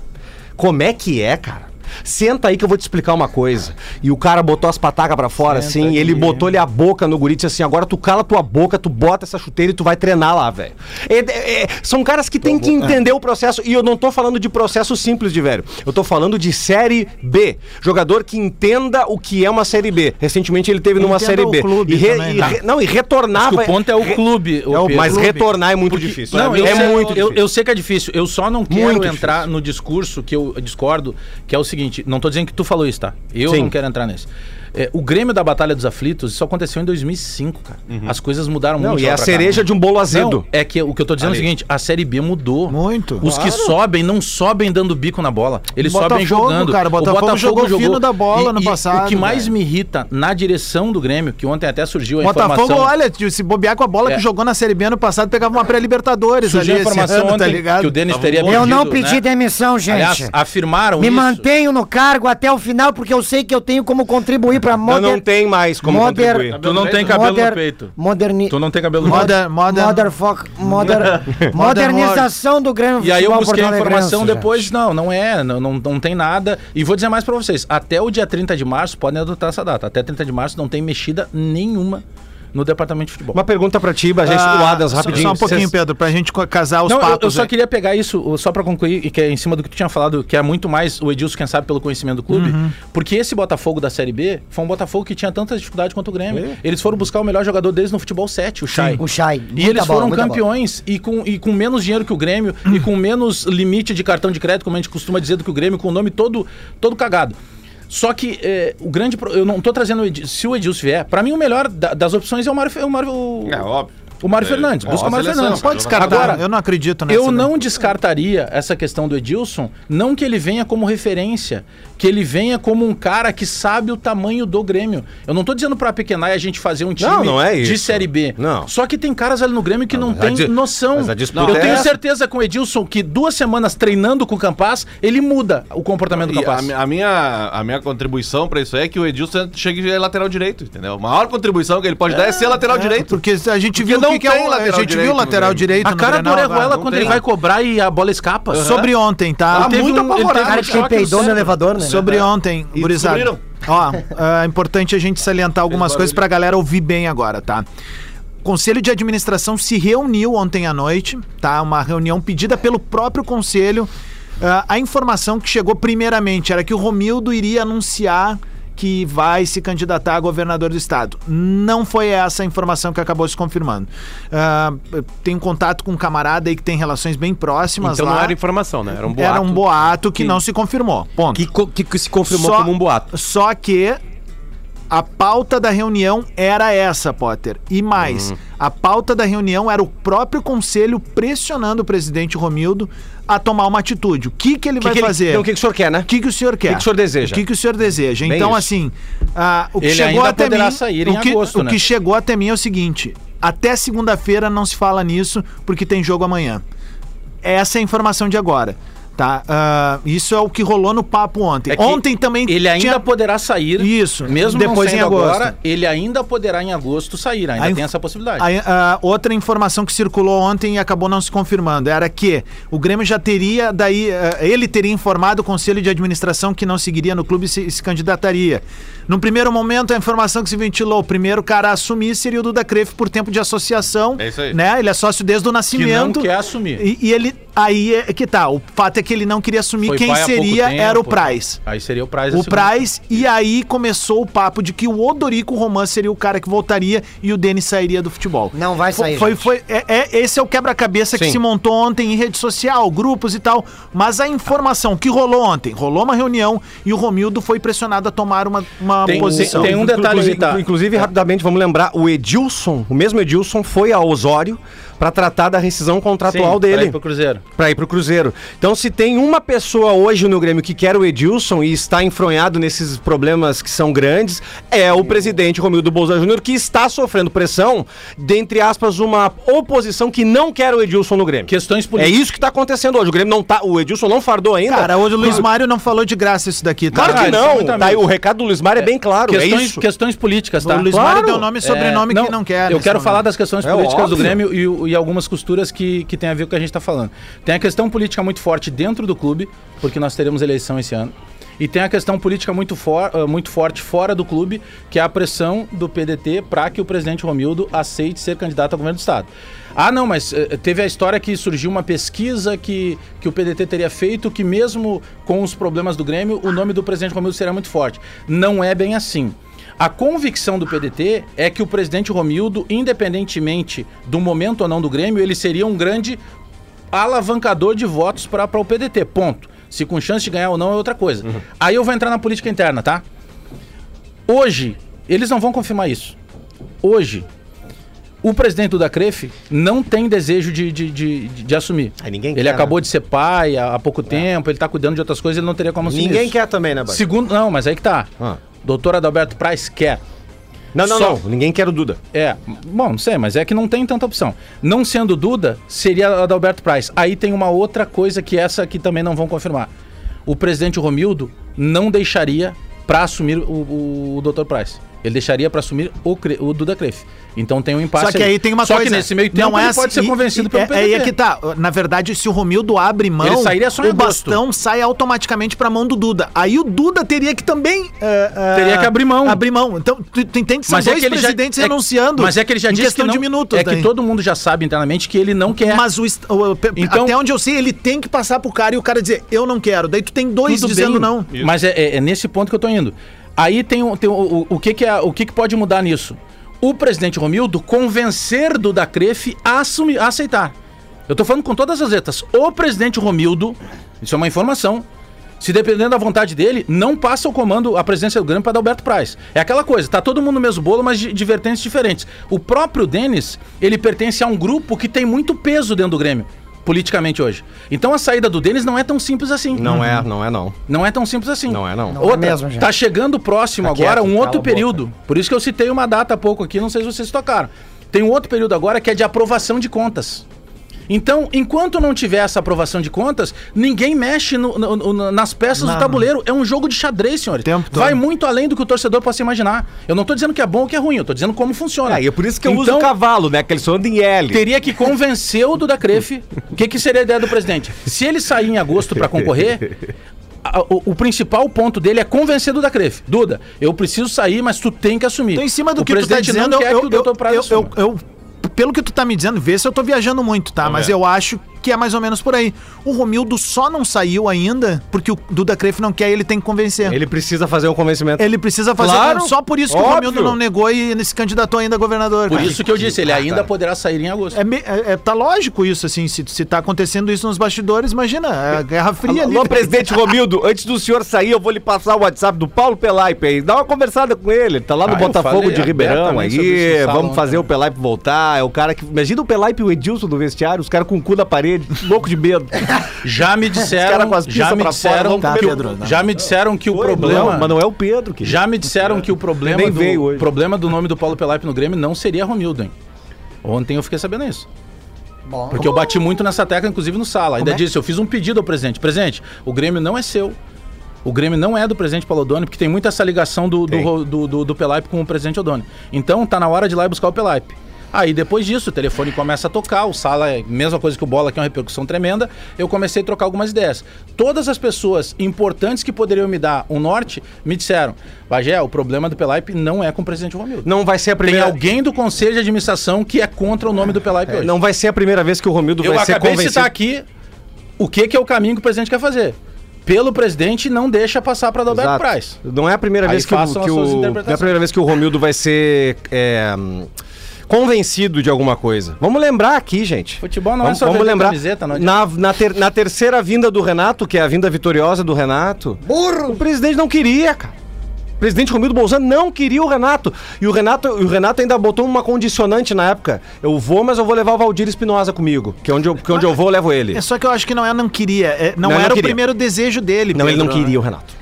K: Como é que é, cara? Senta aí que eu vou te explicar uma coisa. E o cara botou as patacas pra fora, assim, e ele botou-lhe a boca no guri e disse assim: agora tu cala tua boca, tu bota essa chuteira e tu vai treinar lá, velho. É- é- é- são caras que têm que
F: Tá
K: entender o processo. E eu não tô falando de processo simples de velho. Eu tô falando de série B. Jogador que entenda o que é uma série B. Recentemente ele teve numa
F: Entenda
K: série
F: o
K: B.
F: clube
K: e
F: também,
K: e
F: né?
K: não, e retornava.
G: Ah,
F: Acho que o ponto é o
K: re-
F: clube, o
K: é o-
F: Pedro.
K: mas
F: Clube.
K: retornar é muito difícil.
F: Não,
K: é
F: eu, sei-
K: muito
F: eu, eu sei que é difícil. Eu só não quero
K: Muito
F: entrar no discurso que eu discordo, que é o seguinte: não tô dizendo que tu falou isso, tá? Eu
K: Sim.
F: não quero entrar nesse. É, o Grêmio da Batalha dos Aflitos, isso aconteceu em 2005, cara. As coisas mudaram
K: Uhum. Não,
F: muito.
K: e
F: lá
K: é a
F: pra cá. né?
K: cereja de um bolo azedo.
F: Não, é que o que eu tô dizendo é
K: Ali.
F: o seguinte: a Série B mudou. Muito. Os que
K: Claro.
F: sobem não sobem dando bico na bola. Eles sobem
C: Botafogo,
F: jogando.
C: cara, Botafogo jogou fino da bola no
F: O
C: passado,
F: que mais
C: velho.
F: me irrita na direção do Grêmio, que ontem até surgiu a
C: Botafogo,
F: informação.
C: olha, tio, se bobear com a bola
F: É.
C: que jogou na Série B ano passado, pegava uma pré-Libertadores ali
F: Surgiu a
C: esse
F: informação
C: ano,
F: ontem
C: tá ligado?
F: que o Denis teria
E: Eu não
F: pedido,
E: pedi
F: né?
E: demissão, gente.
F: Aliás, afirmaram
E: Me
F: isso.
E: mantenho no cargo até o final porque eu sei que eu tenho como contribuir pra
K: Eu
E: moder...
K: não tenho mais como
E: moder-
K: contribuir.
F: Tu não tem cabelo
E: moder-
F: no peito.
E: Moderni...
F: Tu não tem cabelo no peito.
C: Moda, moda,
E: Motherfuck- moder- Modernização do Grêmio
F: E aí eu
E: Futebol
F: busquei a
E: Porto-Alegrense,
F: informação
E: gente.
F: depois, não, não é, não, não, não tem nada. E vou dizer mais pra vocês, até o dia 30 de março, podem adotar essa data, até 30 de março não tem mexida nenhuma no departamento de futebol.
K: Uma pergunta pra ti, a gente
C: Ah,
K: do Adams,
C: só-
K: rapidinho.
C: Só um pouquinho,
K: Cês-
C: Pedro, pra gente co- casar os
F: não, eu-
C: papos.
F: eu, só
E: é.
C: aí.
F: queria pegar isso, ô, só pra concluir, e que é em cima do que tu tinha falado, que é muito mais o Edilson, quem sabe, pelo conhecimento do clube,
E: Uhum.
F: porque esse Botafogo da Série B foi um Botafogo que tinha tanta dificuldade quanto o Grêmio. Eles foram buscar o melhor jogador deles no futebol 7, o Chay.
E: O Chay.
F: E
E: muita bola,
F: eles foram
E: muita bola.
F: campeões e com, e com menos dinheiro que o Grêmio e com menos limite de cartão de crédito, como a gente costuma dizer, do que o Grêmio, com o nome todo, todo cagado. Só que eh, o grande. pro- Eu não tô trazendo. o Edi- se o Edilson vier, pra mim o melhor da- das opções é o Mário. Fe- O Mário, o-
D: É óbvio.
F: o Mário
D: É,
F: Fernandes.
D: ó,
F: Busca
D: a
F: o Mário
D: seleção,
F: Fernandes.
D: cara,
C: Pode descartar,
F: Agora,
C: eu não acredito nessa.
F: eu
C: né?
F: não descartaria essa questão do Edilson, não que ele venha como referência, que ele venha como um cara que sabe o tamanho do Grêmio. Eu não tô dizendo pra pequenar e a gente fazer um time
K: Não, não é
F: de
K: isso.
F: Série B.
K: Não.
F: Só que tem caras ali no Grêmio que não,
K: mas a
F: tem
K: di-
F: noção.
K: mas a disputa
F: Eu
K: é
F: tenho
K: essa.
F: certeza com o Edilson que duas semanas treinando com o Campaz, ele muda o comportamento do
D: E a,
F: Campaz.
D: mi- a minha, a minha contribuição pra isso aí é que o Edilson chegue a lateral direito, entendeu? A maior contribuição que ele pode dar é
G: Ah,
D: ser lateral direito.
C: Porque a gente viu o
D: não
C: que, que é
D: tem
C: o
D: lateral
C: A gente
D: direito
C: viu o
D: no
C: lateral
D: Grêmio.
C: direito
F: A
C: no
F: cara do
C: Grenal, ah,
F: Orejuela
C: vai.
F: quando
D: tem.
F: ele vai cobrar e a bola escapa.
C: Sobre ontem, tá?
F: Ele teve um- ele teve
E: Cara,
F: um
E: que quem
F: choque
E: peidou no
F: cérebro.
E: elevador, né?
C: Sobre ontem,
D: E
C: gurizada.
D: descobriram.
C: É. Ó, é importante a gente salientar algumas coisas pra galera ouvir bem agora, tá? Conselho de Administração se reuniu ontem à noite, tá? Uma reunião pedida pelo próprio conselho. Ah, a informação que chegou primeiramente era que o Romildo iria anunciar que vai se candidatar a governador do estado. Não foi essa a informação que acabou se confirmando. Ah, eu tenho contato com um camarada aí que tem relações bem próximas
G: Então
C: lá.
G: não era informação, né? Era um boato.
C: Era um boato que
G: Sim.
C: não se confirmou. Ponto.
G: que, co- que- que se confirmou
C: Só-
G: como um boato.
C: Só que a pauta da reunião era essa, Potter. E mais,
G: Uhum.
C: a pauta da reunião era o próprio conselho pressionando o presidente Romildo a tomar uma atitude. O que, que ele vai
K: que ele-
C: fazer?
K: então, o que que o senhor quer, né?
C: O que, que o senhor quer?
K: que o senhor deseja?
C: O que, que o senhor deseja?
K: Bem
C: então,
K: isso.
C: assim, ah, o que
F: Ele
C: chegou
F: ainda
C: até
F: poderá
C: mim.
F: sair
C: o
F: em
C: que,
F: agosto,
C: o
F: né?
C: que chegou até mim é o seguinte: até segunda-feira não se fala nisso, porque tem jogo amanhã essa é a informação de agora. Tá? Ah, isso é o que rolou no papo ontem.
F: É que
C: ontem também
F: Ele ainda
C: tinha-
F: poderá sair.
C: Isso,
F: Mesmo
C: depois
F: não
C: em
F: saindo
C: agosto.
F: agora, ele ainda poderá em agosto sair. Ainda
C: A inf-
F: tem essa possibilidade.
C: Aí, ah, outra informação que circulou ontem e acabou não se confirmando era que o Grêmio já teria, daí, ah, ele teria informado o conselho de administração que não seguiria no clube e se, se candidataria. Num primeiro momento, a informação que se ventilou, o primeiro cara a assumir seria o Duda Cref por tempo de associação.
D: É isso aí.
C: Né? Ele é sócio desde o nascimento.
F: quer assumir.
C: E, e ele, aí é que tá, o fato é que ele não queria assumir.
F: Foi
C: Quem
F: pai há pouco
C: seria
F: tempo,
C: era o
F: né?
C: Price.
F: Aí seria o Price. a
C: O
F: segunda.
C: Price, e aí começou o papo de que o Odorico Román seria o cara que voltaria e o Denis sairia do futebol.
E: Não vai
C: Fo-
E: sair,
C: Foi,
E: gente.
C: foi, é, é- esse é o quebra-cabeça que se montou ontem em rede social, grupos e tal. Mas a informação que rolou ontem, rolou uma reunião e o Romildo foi pressionado a tomar uma, uma
F: Tem-
C: posição.
F: tem- tem um detalhe
K: inclusive,
F: aí, tá?
K: inclusive, rapidamente, vamos lembrar, o Edilson, o mesmo Edilson foi a Osório pra tratar da rescisão contratual
F: Sim, pra
K: dele.
F: ir pro Cruzeiro.
K: Pra ir pro Cruzeiro. Então, se tem uma pessoa hoje no Grêmio que quer o Edilson e está enfronhado nesses problemas que são grandes, é o presidente Romildo Bolsonaro Júnior, que está sofrendo pressão, dentre aspas, uma oposição que não quer o Edilson no Grêmio.
F: Questões
K: É isso que tá acontecendo hoje. O Grêmio não tá. O Edilson não fardou ainda.
C: Cara, hoje o Luiz Mário não falou de graça isso daqui, tá?
K: Claro que
F: Ah, isso é
K: não.
F: muito
K: tá aí,
F: amigo.
K: o recado do Luiz Mário é, bem claro.
F: Questões,
K: é isso.
F: questões políticas, tá? É,
C: O Luiz Mário deu nome e sobrenome que não quer
F: Eu
C: nesse
F: quero
C: momento.
F: falar das questões
K: É
F: políticas do
K: óbvio.
F: Grêmio e, o- e algumas costuras que, que tem a ver com o que a gente está falando. Tem a questão política muito forte dentro do clube, porque nós teremos eleição esse ano. E tem a questão política muito, for- eh, muito forte fora do clube, que é a pressão do PDT para que o presidente Romildo aceite ser candidato ao governo do Estado. Ah, não, mas eh, teve a história que surgiu uma pesquisa que, que o PDT teria feito, que mesmo com os problemas do Grêmio, o nome do presidente Romildo será muito forte. Não é bem assim. A convicção do PDT é que o presidente Romildo, independentemente do momento ou não do Grêmio, ele seria um grande alavancador de votos para o PDT. Ponto. Se com chance de ganhar ou não é outra coisa.
K: Uhum.
F: Aí eu vou entrar na política interna, tá? Hoje, eles não vão confirmar isso. Hoje, o presidente do Dacref não tem desejo de, de, de, de- de assumir.
K: Aí ninguém
F: ele
K: quer, né? É.
F: acabou de ser pai há, há pouco tempo, ele tá cuidando de outras coisas, ele não teria como assumir.
K: Ninguém
F: isso.
K: quer também, né, Bárbara?
F: Segundo, não, mas aí que tá.
K: Ah.
F: Doutor Adalberto Praz quer.
K: Não, não,
F: Só-
K: não. Ninguém quer o Duda.
F: É, bom, não sei, mas é que não tem tanta opção. Não sendo Duda, seria a da Alberto Price. Aí tem uma outra coisa que essa que também não vão confirmar. O presidente Romildo não deixaria para assumir o, o, o Dr. Price. Ele deixaria para assumir o, Cre- o Duda Cref. Então tem um
C: Só
F: impasse.
C: que aí tem uma
F: Só
C: coisa.
F: que nesse meio tempo ele
C: assim-
F: pode ser
C: e-
F: convencido
C: e-
F: pelo
C: é, Aí é
F: PDT.
C: que tá. Na verdade, se o Romildo abre mão,
F: Ele sairia só em
C: o
F: agosto.
C: bastão sai automaticamente pra mão do Duda. Aí o Duda teria que também. eh, eh,
F: Teria que abrir mão.
C: Abrir mão. Então, tu, tu entende? São
F: Mas é
C: dois
F: que ele já-
C: presidentes
F: é-
C: renunciando.
F: Mas é que ele já
C: em
F: disse que
C: questão
F: não,
C: de minutos.
F: É
C: daí.
F: que todo mundo já sabe internamente que ele não quer.
C: Mas o, est- o- pe-
F: Então-
C: até onde eu sei, ele tem que passar pro cara e o cara dizer, eu não quero. Daí tu tem dois
F: Tudo
C: dizendo
F: bem,
C: não.
F: Mas é, é- é nesse ponto que eu tô indo. Aí tem, o- tem o, o, o que que é, o que que pode mudar nisso? O presidente Romildo convencer do da Cref a, assumir, a aceitar. Eu tô falando com todas as letras. O presidente Romildo, isso é uma informação, se dependendo da vontade dele, não passa o comando, a presidência do Grêmio para Alberto Praz. É aquela coisa, tá todo mundo no mesmo bolo, mas de, de vertentes diferentes. O próprio Denis, ele pertence a um grupo que tem muito peso dentro do Grêmio, politicamente hoje. Então a saída do Denis não é tão simples assim.
K: Não é, não é, não.
F: Não é tão simples assim.
K: Não é, não. Não
E: é
F: Outra,
E: mesmo, gente.
F: tá chegando próximo
K: Tá
F: agora
K: quieto,
F: um
K: cala
F: outro
K: a boca.
F: período. Por isso que eu citei uma data há pouco aqui, não sei se vocês tocaram. Tem um outro período agora que é de aprovação de contas. Então, enquanto não tiver essa aprovação de contas, ninguém mexe no- no- no- nas peças do tabuleiro. É um jogo de xadrez, senhores.
C: Tempo todo.
F: Vai muito além do que o torcedor possa imaginar. Eu não tô dizendo que é bom ou que é ruim, eu tô dizendo como funciona.
K: É, e é por isso que eu
F: Então,
K: uso o cavalo, né? Que ele só anda em L.
F: Teria que convencer o Duda Crefe. O que, que seria a ideia do presidente? Se ele sair em agosto para concorrer, a- o, o principal ponto dele é convencer o Duda Crefe. Duda, eu preciso sair, mas tu tem que assumir.
C: Então, em cima do
F: o
C: que tu tá
F: presidente
C: dizendo,
F: não quer
C: eu,
F: que o
C: eu,
F: Dr. Prado
C: eu-
F: assuma.
C: eu- eu- pelo que tu tá me dizendo, vê se eu tô viajando muito, tá? Mas eu acho que é mais ou menos por aí. O Romildo só não saiu ainda porque o Duda Cref não quer e ele tem que convencer. Ele,
K: Ele precisa fazer o convencimento.
C: precisa fazer
K: Claro,
C: só por isso que o
K: óbvio.
C: Romildo não negou e se candidatou ainda a governador.
F: Por
C: cara.
F: isso que eu disse, ele
K: Tá.
F: ainda poderá sair em agosto.
C: É, me- é- é- tá lógico isso, assim, se, se tá acontecendo isso nos bastidores, imagina, é a Guerra Fria ali. né?
K: Alô, presidente Romildo, antes do senhor sair, eu vou lhe passar o WhatsApp do Paulo Pelaipe aí. Dá uma conversada com ele. Ele tá lá no
F: Ah, eu
K: Botafogo
F: falei
K: de Ribeirão
F: abertamente sobre
K: aí.
F: isso no salão,
K: Vamos fazer
F: né?
K: o Pelaipe voltar. É o cara que. Imagina o Pelaipe e o Edilson do vestiário, os caras com o cu na parede, louco de medo.
F: Já me disseram,
K: caras com as
F: já
K: pistas
F: me
K: pra fora,
F: disseram,
K: vamos comer,
F: que, o-
K: Pedro,
F: já me disseram que o problema,
K: Não, mas não é o Pedro, que.
F: Já me disseram que o problema
K: Nem
F: do,
K: veio hoje.
F: problema do nome do Paulo Pelaipe no Grêmio não seria Romildo, hein? Ontem eu fiquei sabendo isso. Porque eu bati muito nessa tecla, inclusive no sala. Ainda
K: é?
F: disse, eu fiz um pedido ao presidente. Presidente, o Grêmio não é seu. O Grêmio não é do presidente Paulo Odoni, porque tem muito essa ligação do, do, Ro- do, do- do Pelaipe com o presidente Odoni. Então tá na hora de ir lá e buscar o Pelaipe. Aí depois disso, o telefone começa a tocar, o sala é a mesma coisa que o bola, que é uma repercussão tremenda. Eu comecei a trocar algumas ideias. Todas as pessoas importantes que poderiam me dar um norte me disseram: Bagé, o problema do Pelaipe não é com o presidente Romildo.
K: Não vai ser a
F: Tem
K: primeira.
F: alguém do conselho de administração que é contra o nome do Pelaipe hoje.
K: Não vai ser a primeira vez que o Romildo
F: Eu
K: vai ser
F: acabei de
K: convencido.
F: citar aqui o que, que é o caminho que o presidente quer fazer. Pelo presidente, não deixa passar para Adalberto
K: Exato.
F: Praz.
K: Não é a primeira
F: Aí
K: vez que, o,
F: façam as
K: que
F: suas
K: o-
F: interpretações.
K: não é a primeira vez que o Romildo vai ser é, hum, convencido de alguma coisa. Vamos lembrar aqui, gente.
F: Futebol não é
K: vamos,
F: só
K: vamos
F: vender
K: lembrar
F: camiseta, não
K: na, na, ter- na terceira vinda do Renato, que é a vinda vitoriosa do Renato. Burro. O presidente não queria, cara. presidente Romildo Bolzano não queria o Renato. E o Renato, e o Renato ainda botou uma condicionante na época. Eu vou, mas eu vou levar o Valdir Espinosa comigo. Que é onde eu, que onde eu vou, eu levo ele.
C: É só que eu acho que não é não queria, é, não,
K: Não, ele
C: era
K: não
C: o
K: queria.
C: primeiro desejo dele.
K: Não, ele não
C: Pedro, né?
K: queria o Renato.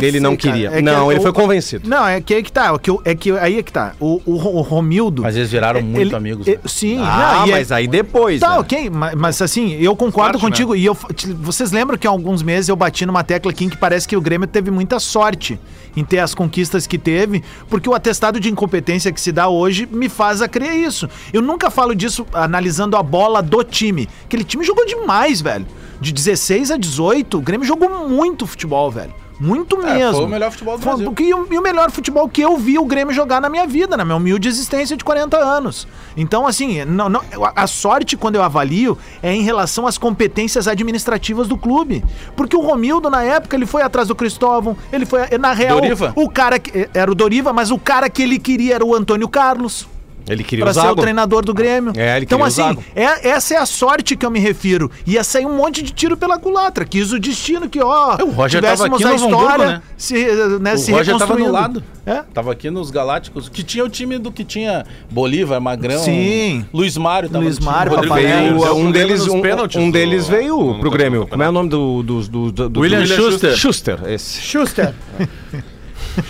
C: sei,
K: ele não
C: cara.
K: queria.
C: É que
K: não,
C: eu-
K: ele foi convencido.
C: Não, é que aí que tá. É que, o- é que aí é que tá. O, o, Ro- o Romildo.
F: Mas eles viraram muito
C: ele-
F: amigos,
C: é-
F: né?
C: sim.
K: Ah,
C: não, e é-
K: mas aí né? depois.
C: Tá,
K: né?
C: ok, ma- mas, assim, eu concordo
D: Parte,
C: contigo. E eu, f- te- vocês lembram que há alguns meses eu bati numa tecla aqui em que parece que o Grêmio teve muita sorte em ter as conquistas que teve, porque o atestado de incompetência que se dá hoje me faz a crer isso. Eu nunca falo disso analisando a bola do time. Aquele time jogou demais, velho. De 16 a 18, o Grêmio jogou muito futebol, velho. Muito
F: É,
C: mesmo.
F: foi o melhor futebol do
C: Foi- um
F: Brasil.
C: que- e o, e o melhor futebol que eu vi o Grêmio jogar na minha vida, na minha humilde existência de 40 anos. Então, assim, não, não- eu- a sorte, quando eu avalio, é em relação às competências administrativas do clube. Porque o Romildo, na época, ele foi atrás do Cristóvão, ele foi. Na real,
F: Doriva?
C: o cara que. Era o Doriva, mas o cara que ele queria era o Antônio Carlos
K: Ele queria
C: pra
K: o
C: ser o
K: Zago.
C: treinador do Grêmio.
K: É, ele
C: então,
K: queria o
C: assim,
K: Zago.
C: é- essa é a sorte que eu me refiro. Ia sair um monte de tiro pela culatra. Quis o destino que, ó,
F: É, o Roger tava aqui
C: a
F: no Hamburgo,
C: história
F: né?
C: se, eh, né, se
F: o Roger tava
C: reconstruindo.
F: no lado.
C: É?
F: Tava aqui nos Galácticos, que tinha o time do que tinha Bolívar, Magrão.
C: Sim.
F: Luiz Mário tava
C: Luiz
F: no time.
C: Mário,
F: Rodrigo
C: Papai
F: Neves.
C: Noel.
K: Veio, um,
D: Grêmio
K: deles,
D: nos
K: um,
D: pênaltis
K: um
D: do-
K: deles veio
D: no- no
K: pro Grêmio.
D: campeonato.
K: Como é o nome do, dos- do, do, do
F: William Schuster.
K: Schuster, esse.
E: Schuster.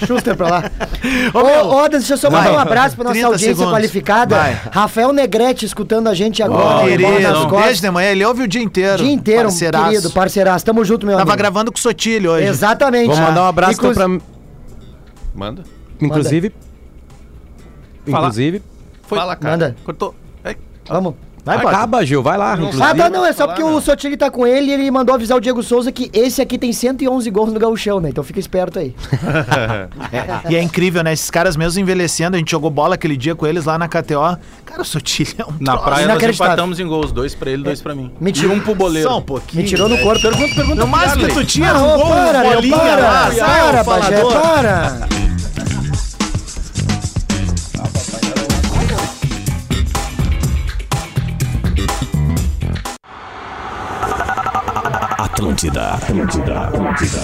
E: Schuster pra lá. Ô,
C: meu.
E: ô, Anderson, deixa eu só mandar
C: Não.
E: um abraço pra nossa
C: 30
E: audiência
C: segundos.
E: qualificada.
C: Vai.
E: Rafael Negrete escutando a gente agora.
C: Ó,
E: bola
C: querido,
E: nas
C: um
E: costas.
C: beijo de manhã. Ele ouve o dia inteiro.
E: O dia inteiro, um
C: parceiraço.
E: querido, parceiraço. Tamo junto, meu
C: Tava
E: amigo.
C: gravando com o Sotilho hoje.
E: Exatamente.
G: Vou mandar um abraço
E: Inclu-
G: então
D: Manda.
G: pra. Inclusive. Inclusive.
F: Foi. Fala, cara.
E: Manda.
F: Cortou. É,
E: Vamos.
C: Vai, Potter.
G: Acaba, Gil, vai lá. inclusive.
E: Ah, tá, não, é só
D: falar,
E: porque
F: né?
D: não.
E: o Sotiri tá com ele e ele mandou avisar o Diego Souza que esse aqui tem 111 gols no gauchão, né? Então fica esperto aí.
C: E é incrível, né? Esses caras mesmo envelhecendo, a gente jogou bola aquele dia com eles lá na KTO. Cara, o Sotilho é um
F: Na
C: troço.
F: praia nós
E: inacreditável.
F: empatamos em gols, dois pra ele, dois pra mim.
E: Mentira.
F: E um pro boleiro.
C: Só um pouquinho.
E: Me tirou no corpo. Pergunta, pergunta.
C: O mais que tu tinha
E: Ah,
C: era um
E: ô,
C: gol,
E: para, meu,
C: bolinha
E: para,
C: lá, sai,
E: para,
C: ô
E: Bagé,
C: falador.
E: para.
A: Atlântida, Atlântida, Atlântida.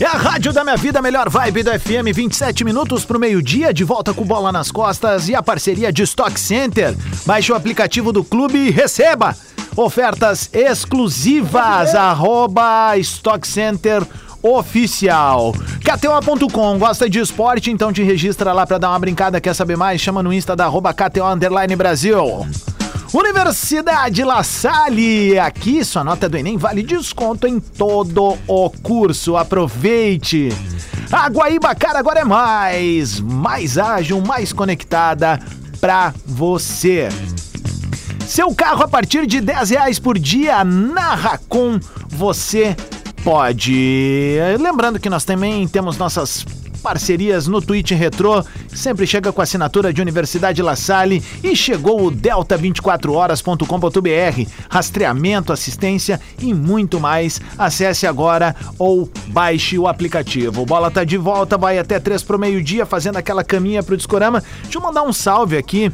C: É a rádio da minha vida, a melhor vibe do FM, 27 minutos pro meio-dia, de volta com bola nas costas e a parceria de Stock Center. Baixe o aplicativo do clube e receba ofertas exclusivas, arroba Stock Center oficial. KTO.com, gosta de esporte? Então te registra lá pra dar uma brincada, quer saber mais? Chama no Insta da arroba KTO Underline Brasil. Universidade La Salle, aqui sua nota do Enem vale desconto em todo o curso. Aproveite! A Guaíba Cara agora é mais, mais ágil, mais conectada pra você. Seu carro a partir de 10 reais por dia na Racon você pode. Lembrando que nós também temos nossas parcerias no Twitch Retro, sempre chega com a assinatura de Universidade La Salle e chegou o delta24horas.com.br, rastreamento, assistência e muito mais. Acesse agora ou baixe o aplicativo. O Bola tá de volta, vai até 3 pro meio-dia fazendo aquela caminha pro Discorama. Deixa eu mandar um salve aqui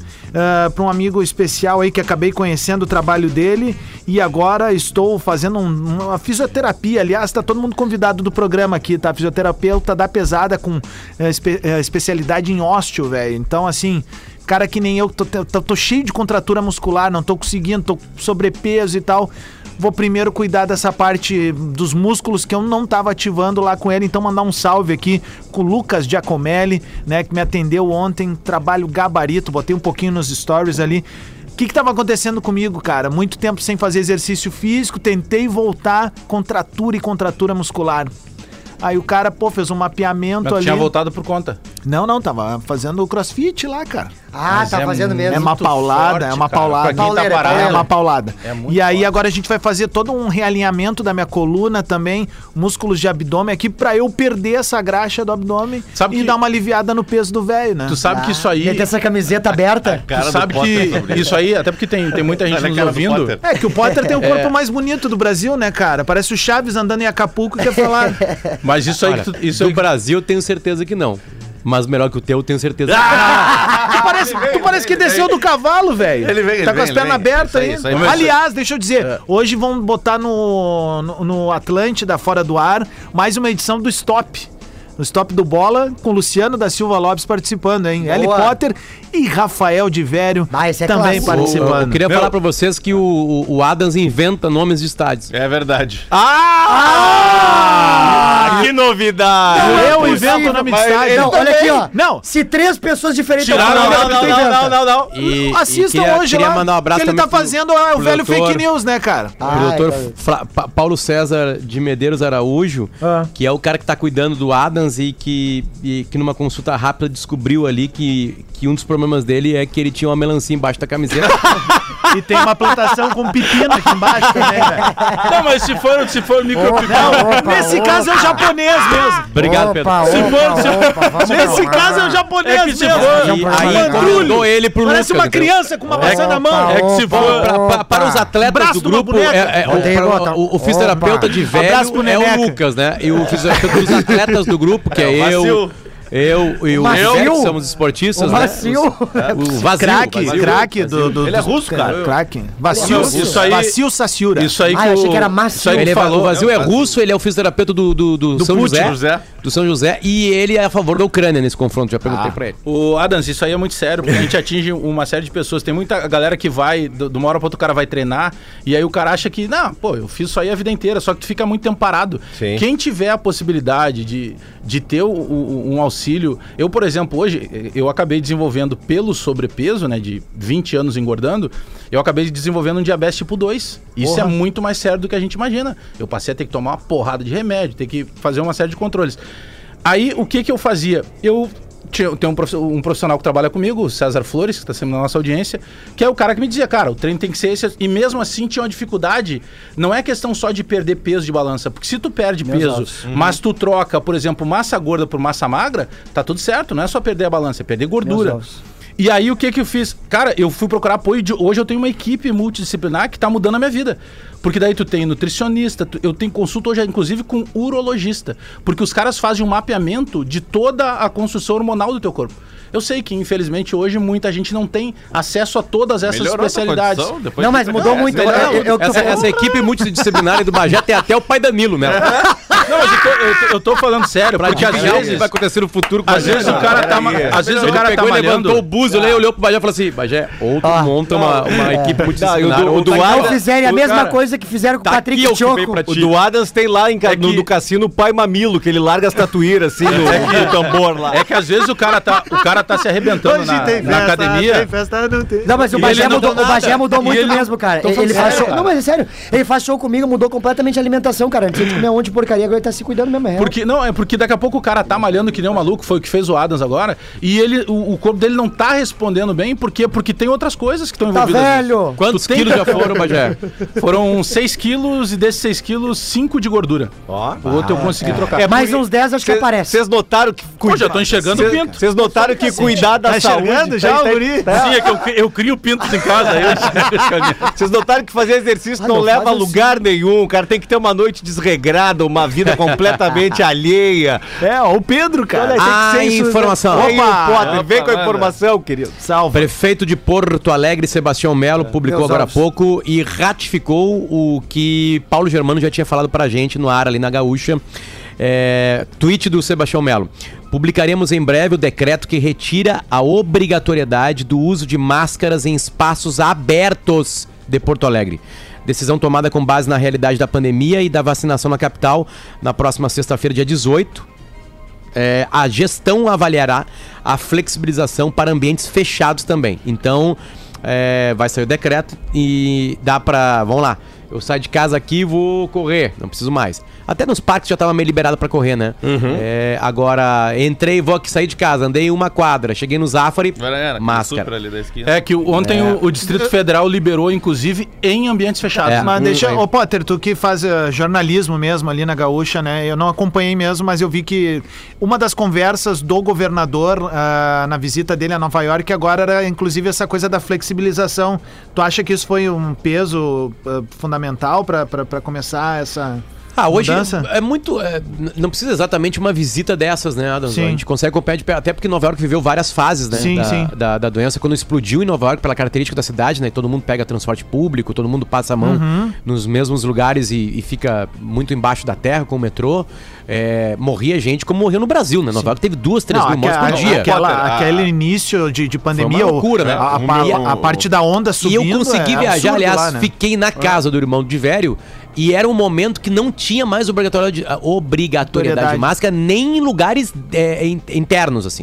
C: para um amigo especial aí que acabei conhecendo o trabalho dele e agora estou fazendo um- uma fisioterapia. Aliás, tá todo mundo convidado do programa aqui, tá? Fisioterapeuta da pesada com eh, espe- eh, especialidade em ósteo, velho. Então, assim, cara que nem eu, tô, te- tô- tô cheio de contratura muscular, não tô conseguindo, tô com sobrepeso e tal. Vou primeiro cuidar dessa parte dos músculos que eu não tava ativando lá com ele, então mandar um salve aqui com o Lucas Giacomelli, né, que me atendeu ontem, trabalho gabarito, botei um pouquinho nos stories ali. O que que tava acontecendo comigo, cara? Muito tempo sem fazer exercício físico, tentei voltar, contratura e contratura muscular. Aí o cara, pô, fez um mapeamento
F: Mas tu
C: ali.
F: tinha voltado por conta.
C: Não, não, tava fazendo crossfit lá, cara.
E: Ah,
F: Mas
E: tá
F: é
E: fazendo mesmo.
C: É uma
F: muito
C: paulada,
F: forte,
C: é uma
F: cara.
C: paulada.
F: Pra quem tá
E: Pauleira,
F: parado,
C: É
E: pauleira.
C: uma paulada.
F: É muito
C: e aí
F: forte.
C: agora a gente vai fazer todo um realinhamento da minha coluna também, músculos de abdômen aqui, pra eu perder essa graxa do abdômen
F: Sabe
C: e
F: que-
C: dar uma aliviada no peso do velho, né?
F: Tu sabe que isso aí.
E: Meter essa camiseta aberta.
F: tu sabe que isso aí, até porque tem, tem muita gente
D: Olha a
F: nos
D: cara do
F: ouvindo.
D: Potter.
C: É que o Potter tem o corpo mais bonito do Brasil, né, cara? Parece o Chaves andando em Acapulco é e quer falar.
F: Mas isso aí, que tu- isso
G: do
F: aí que-
G: Brasil, tenho certeza que não. Mas melhor que o teu, tenho certeza
C: tu parece, tu parece que desceu do cavalo, velho.
D: Ele vem, ele
C: Tá com
D: vem,
C: as
D: ele
C: pernas
D: vem.
C: abertas
D: Isso aí,
C: aí.
D: isso aí.
C: Aliás, deixa eu dizer, hoje vão botar no, no, no Atlântida, fora do ar, mais uma edição do Stop. no stop do bola, com Luciano da Silva Lopes participando, hein? Harry Potter e Rafael de Vério
E: é
C: também
E: clássico.
C: participando.
G: Eu, eu queria falar pra vocês que o, o, o Adams inventa nomes de estádios.
D: É verdade.
K: Ah! Que novidade!
C: Não é
E: Eu
C: possível,
E: invento o nome de
C: mas
E: estádio.
C: ele
E: Não, olha aqui,
C: também.
E: ó.
C: Não.
E: Se três pessoas diferentes...
K: Não,
E: estão
K: não,
E: falando,
K: não,
E: tu
K: não,
E: inventa.
K: não, não, não.
G: E,
C: Assistam
G: e queria-
C: hoje
G: queria
C: lá,
G: mandar um abraço
C: que ele
G: também
C: tá
G: pro-
C: fazendo é, o
G: pro
C: velho
G: doutor.
C: fake news, né, cara?
G: O
E: Ai,
G: doutor
E: cara.
G: Fra- Pa- Paulo César de Medeiros Araújo,
C: Ah.
G: que é o cara que tá cuidando do Adams e que, e que numa consulta rápida descobriu ali que, que um dos problemas dele é que ele tinha uma melancia embaixo da camiseta.
C: E tem uma plantação com pepino aqui embaixo também, velho.
F: Não, mas se for, se for micropipão.
E: Não, opa,
C: Nesse
E: opa,
C: caso é o japonês mesmo.
G: Obrigado,
E: opa,
G: Pedro.
E: opa,
F: Se for- se-
E: opa, vamos
C: Nesse
E: lá.
C: caso é o japonês
F: É que se
C: mesmo.
F: for-
G: E aí
C: Mandrulho.
G: encomendou ele pro
C: Parece
G: Lucas,
C: uma
G: entendeu?
C: criança com uma maçã na mão.
E: Opa,
F: É que se
E: opa,
F: for-
G: Pra- pra- para os atletas
C: Braço
G: do
C: de uma
G: grupo,
C: boneca.
G: é- é- o,
E: Ontem
G: pra-
E: bota-
G: o- o fisioterapeuta de
C: Abraço pro
G: velho é
C: Neneca.
G: o Lucas, né? E o fisioterapeuta dos atletas do grupo, que é, eu, eu e o
E: Macio.
G: Zé, que somos esportistas,
E: O
G: né?
E: Macio.
G: Os- O vazio.
C: Craque,
G: vazio.
C: craque do, do.
D: Ele é russo, cara.
C: Craque. Vacil,
F: Não, isso aí-
C: Vacil Saciura.
F: Isso aí
E: Ah, eu achei que era macio.
F: Isso aí que
G: Ele é,
F: falou.
G: o Vazio é russo, ele é o fisioterapeuta do, do, do São
D: Putin,
G: José,
D: José.
G: Do São José. E ele é a favor da Ucrânia nesse confronto, já perguntei pra ele.
F: O Adams, isso aí é muito sério, porque a gente atinge uma série de pessoas. Tem muita galera que vai, do- de uma hora pra outra o cara vai treinar, e aí o cara acha que, não, pô, eu fiz isso aí a vida inteira, só que tu fica muito tempo parado.
K: Sim.
F: Quem tiver a possibilidade de, de ter o- o- um auxílio. Eu, por exemplo, hoje, eh, eu acabei desenvolvendo pelo sobrepeso, né, de 20 anos engordando, eu acabei desenvolvendo um diabetes tipo 2. Isso é muito mais sério do que a gente imagina. Eu passei a ter que tomar uma porrada de remédio, ter que fazer uma série de controles. Aí, o que que eu fazia? Eu tinha- tem um profi- um profissional que trabalha comigo, o César Flores, que está sempre na nossa audiência, que é o cara que me dizia, cara, o treino tem que ser esse. E mesmo assim tinha uma dificuldade. Não é questão só de perder peso de balança, porque se tu perde peso, mas tu troca, por exemplo, massa gorda por massa magra, tá tudo certo. Não é só perder a balança, é perder gordura. E aí o que que eu fiz? Cara, eu fui procurar apoio de hoje eu tenho uma equipe multidisciplinar que tá mudando a minha vida. Porque daí tu tem nutricionista, tu- eu tenho consulta hoje inclusive com urologista, porque os caras fazem um mapeamento de toda a construção hormonal do teu corpo. Eu sei que infelizmente hoje muita gente não tem acesso a todas essas
D: Melhorou tua
F: especialidades.
D: condição depois
E: Não,
D: de-
E: mas mudou
D: É,
E: muito.
D: melhorou.
E: Eu- eu- eu tô
G: Essa,
E: falando-
G: essa equipe multidisciplinar do Bajé tem até o pai Danilo, né?
F: Não, mas eu tô, eu tô- eu tô falando sério,
G: Pra
F: porque às
G: adivinhar o que
F: vezes
G: vai acontecer tá no futuro com
F: às vezes o cara tá, ma- às vezes o
G: Ele
F: cara tá
G: pegou e levantou o
F: malhando.
G: buzo ali, olhou pro Bajé e falou assim: Bajé, ou tu
E: Ah,
G: monta uma, uma equipe multidisciplinar.
K: Não, e o do-
G: ou
K: o do
G: tá em
K: Adam-
E: Não fizerem a
K: o
E: mesma
K: cara-
E: coisa que fizeram com o
G: Tá
E: Patrick
G: aqui, eu
E: Choco.
G: filmei pra ti.
K: O do Adams tem lá em, ca-
F: É que-
K: no, do cassino o Pai Mamilo, que ele larga as tatuíras assim no, no tambor lá.
F: É que às vezes o cara tá, o cara tá se arrebentando na, na academia.
C: tem festa, não tem.
E: Não, mas o
F: E
E: Bagé
F: ele não
E: mudou,
F: deu
E: o Bagé
F: nada.
E: mudou
F: E
E: muito
F: ele-
E: mesmo, cara.
F: Tô
E: Ele,
F: falando
E: ele faz
F: sério,
E: show.
F: cara.
E: Não, mas é sério. Ele faz show comigo, mudou completamente a alimentação, cara. Antes de comer um monte de porcaria, agora ele tá se cuidando mesmo. É real.
F: Porque, não, é porque daqui a pouco o cara tá malhando que nem um maluco, foi o que fez o Adams agora, e ele, o, o corpo dele não tá respondendo bem, por quê? Porque tem outras coisas que estão
E: Tá
F: envolvidas. nisso.
E: velho.
G: Quantos quilos já foram, Bajé?
F: Foram 6 quilos e desses 6 quilos, 5 de gordura. o
C: Ah,
F: outro eu
C: é.
F: consegui
K: É
F: trocar.
E: Mais uns 10 acho que aparece.
K: Vocês notaram que
F: Pô, já tô enxergando o pinto.
K: Vocês notaram que cuidar da
C: Tá
K: saúde. tá-
C: enxergando já, o guri?
F: Sim, é que eu, cri- eu crio pintos em casa. eu enxergo os caminhos.
K: Vocês notaram que fazer exercício
E: Ah,
K: não,
E: não
K: leva a
E: faz assim.
K: lugar nenhum. O cara tem que ter uma noite desregrada, uma vida completamente alheia.
C: É, ó, o Pedro, cara.
G: Ah, informação.
K: Opa,
C: Opa,
K: Potter, vem com a informação, querido.
G: Salve. Prefeito de Porto Alegre, Sebastião Melo, publicou
E: Meus
G: agora há
E: alvos.
G: pouco e ratificou o que Paulo Germano já tinha falado pra gente no ar ali na Gaúcha. É, tweet do Sebastião Melo. Publicaremos em breve o decreto que retira a obrigatoriedade do uso de máscaras em espaços abertos de Porto Alegre. Decisão tomada com base na realidade da pandemia e da vacinação na capital na próxima sexta-feira, dia 18. É, a gestão avaliará a flexibilização para ambientes fechados também. Então, é, vai sair o decreto e dá pra. Vamos lá. Eu saio de casa aqui e vou correr, não preciso mais. Até nos parques já tava meio liberado pra correr, né? É, agora, entrei, vou aqui sair de casa, andei uma quadra, cheguei no Zafari,
D: Era, era, aquele super
G: máscara.
D: ali da esquina.
F: É que o- ontem o, o Distrito Federal liberou, inclusive, em ambientes fechados.
G: É.
C: Mas
G: Hum,
C: deixa,
G: aí.
C: ô Potter, tu que faz eh, jornalismo mesmo ali na Gaúcha, né? Eu não acompanhei mesmo, mas eu vi que uma das conversas do governador ah, na visita dele a Nova York agora era inclusive essa coisa da flexibilização. Tu acha que isso foi um peso ah, fundamental pra- pra pra começar essa
G: Ah, hoje
C: mudança?
G: é muito. é, n- não precisa exatamente uma visita dessas, né, Adam?
C: Sim.
G: A gente consegue acompanhar de perto, até porque Nova York viveu várias fases, né?
C: Sim,
G: da,
C: sim.
G: Da, da doença. Quando explodiu em Nova York, pela característica da cidade, né? e Todo mundo pega transporte público, todo
C: Uhum.
G: mundo passa a mão nos mesmos lugares e, e fica muito embaixo da terra com o metrô. é, morria gente como morreu no Brasil, né? Nova York teve duas, três mil mortes por dia.
C: aquela-
G: A-
C: aquele início de, de pandemia, o-
G: loucura, né?
C: a, a pa-
G: E-
C: a parte da onda subindo.
G: E eu consegui
C: é
G: viajar,
C: absurdo
G: aliás,
C: lá, né?
G: fiquei na casa do irmão de Vério e era um momento que não tinha mais obrigatoriedade, a obrigatoriedade de
C: Obrigatoriedade.
G: máscara nem em lugares é, in- internos, assim.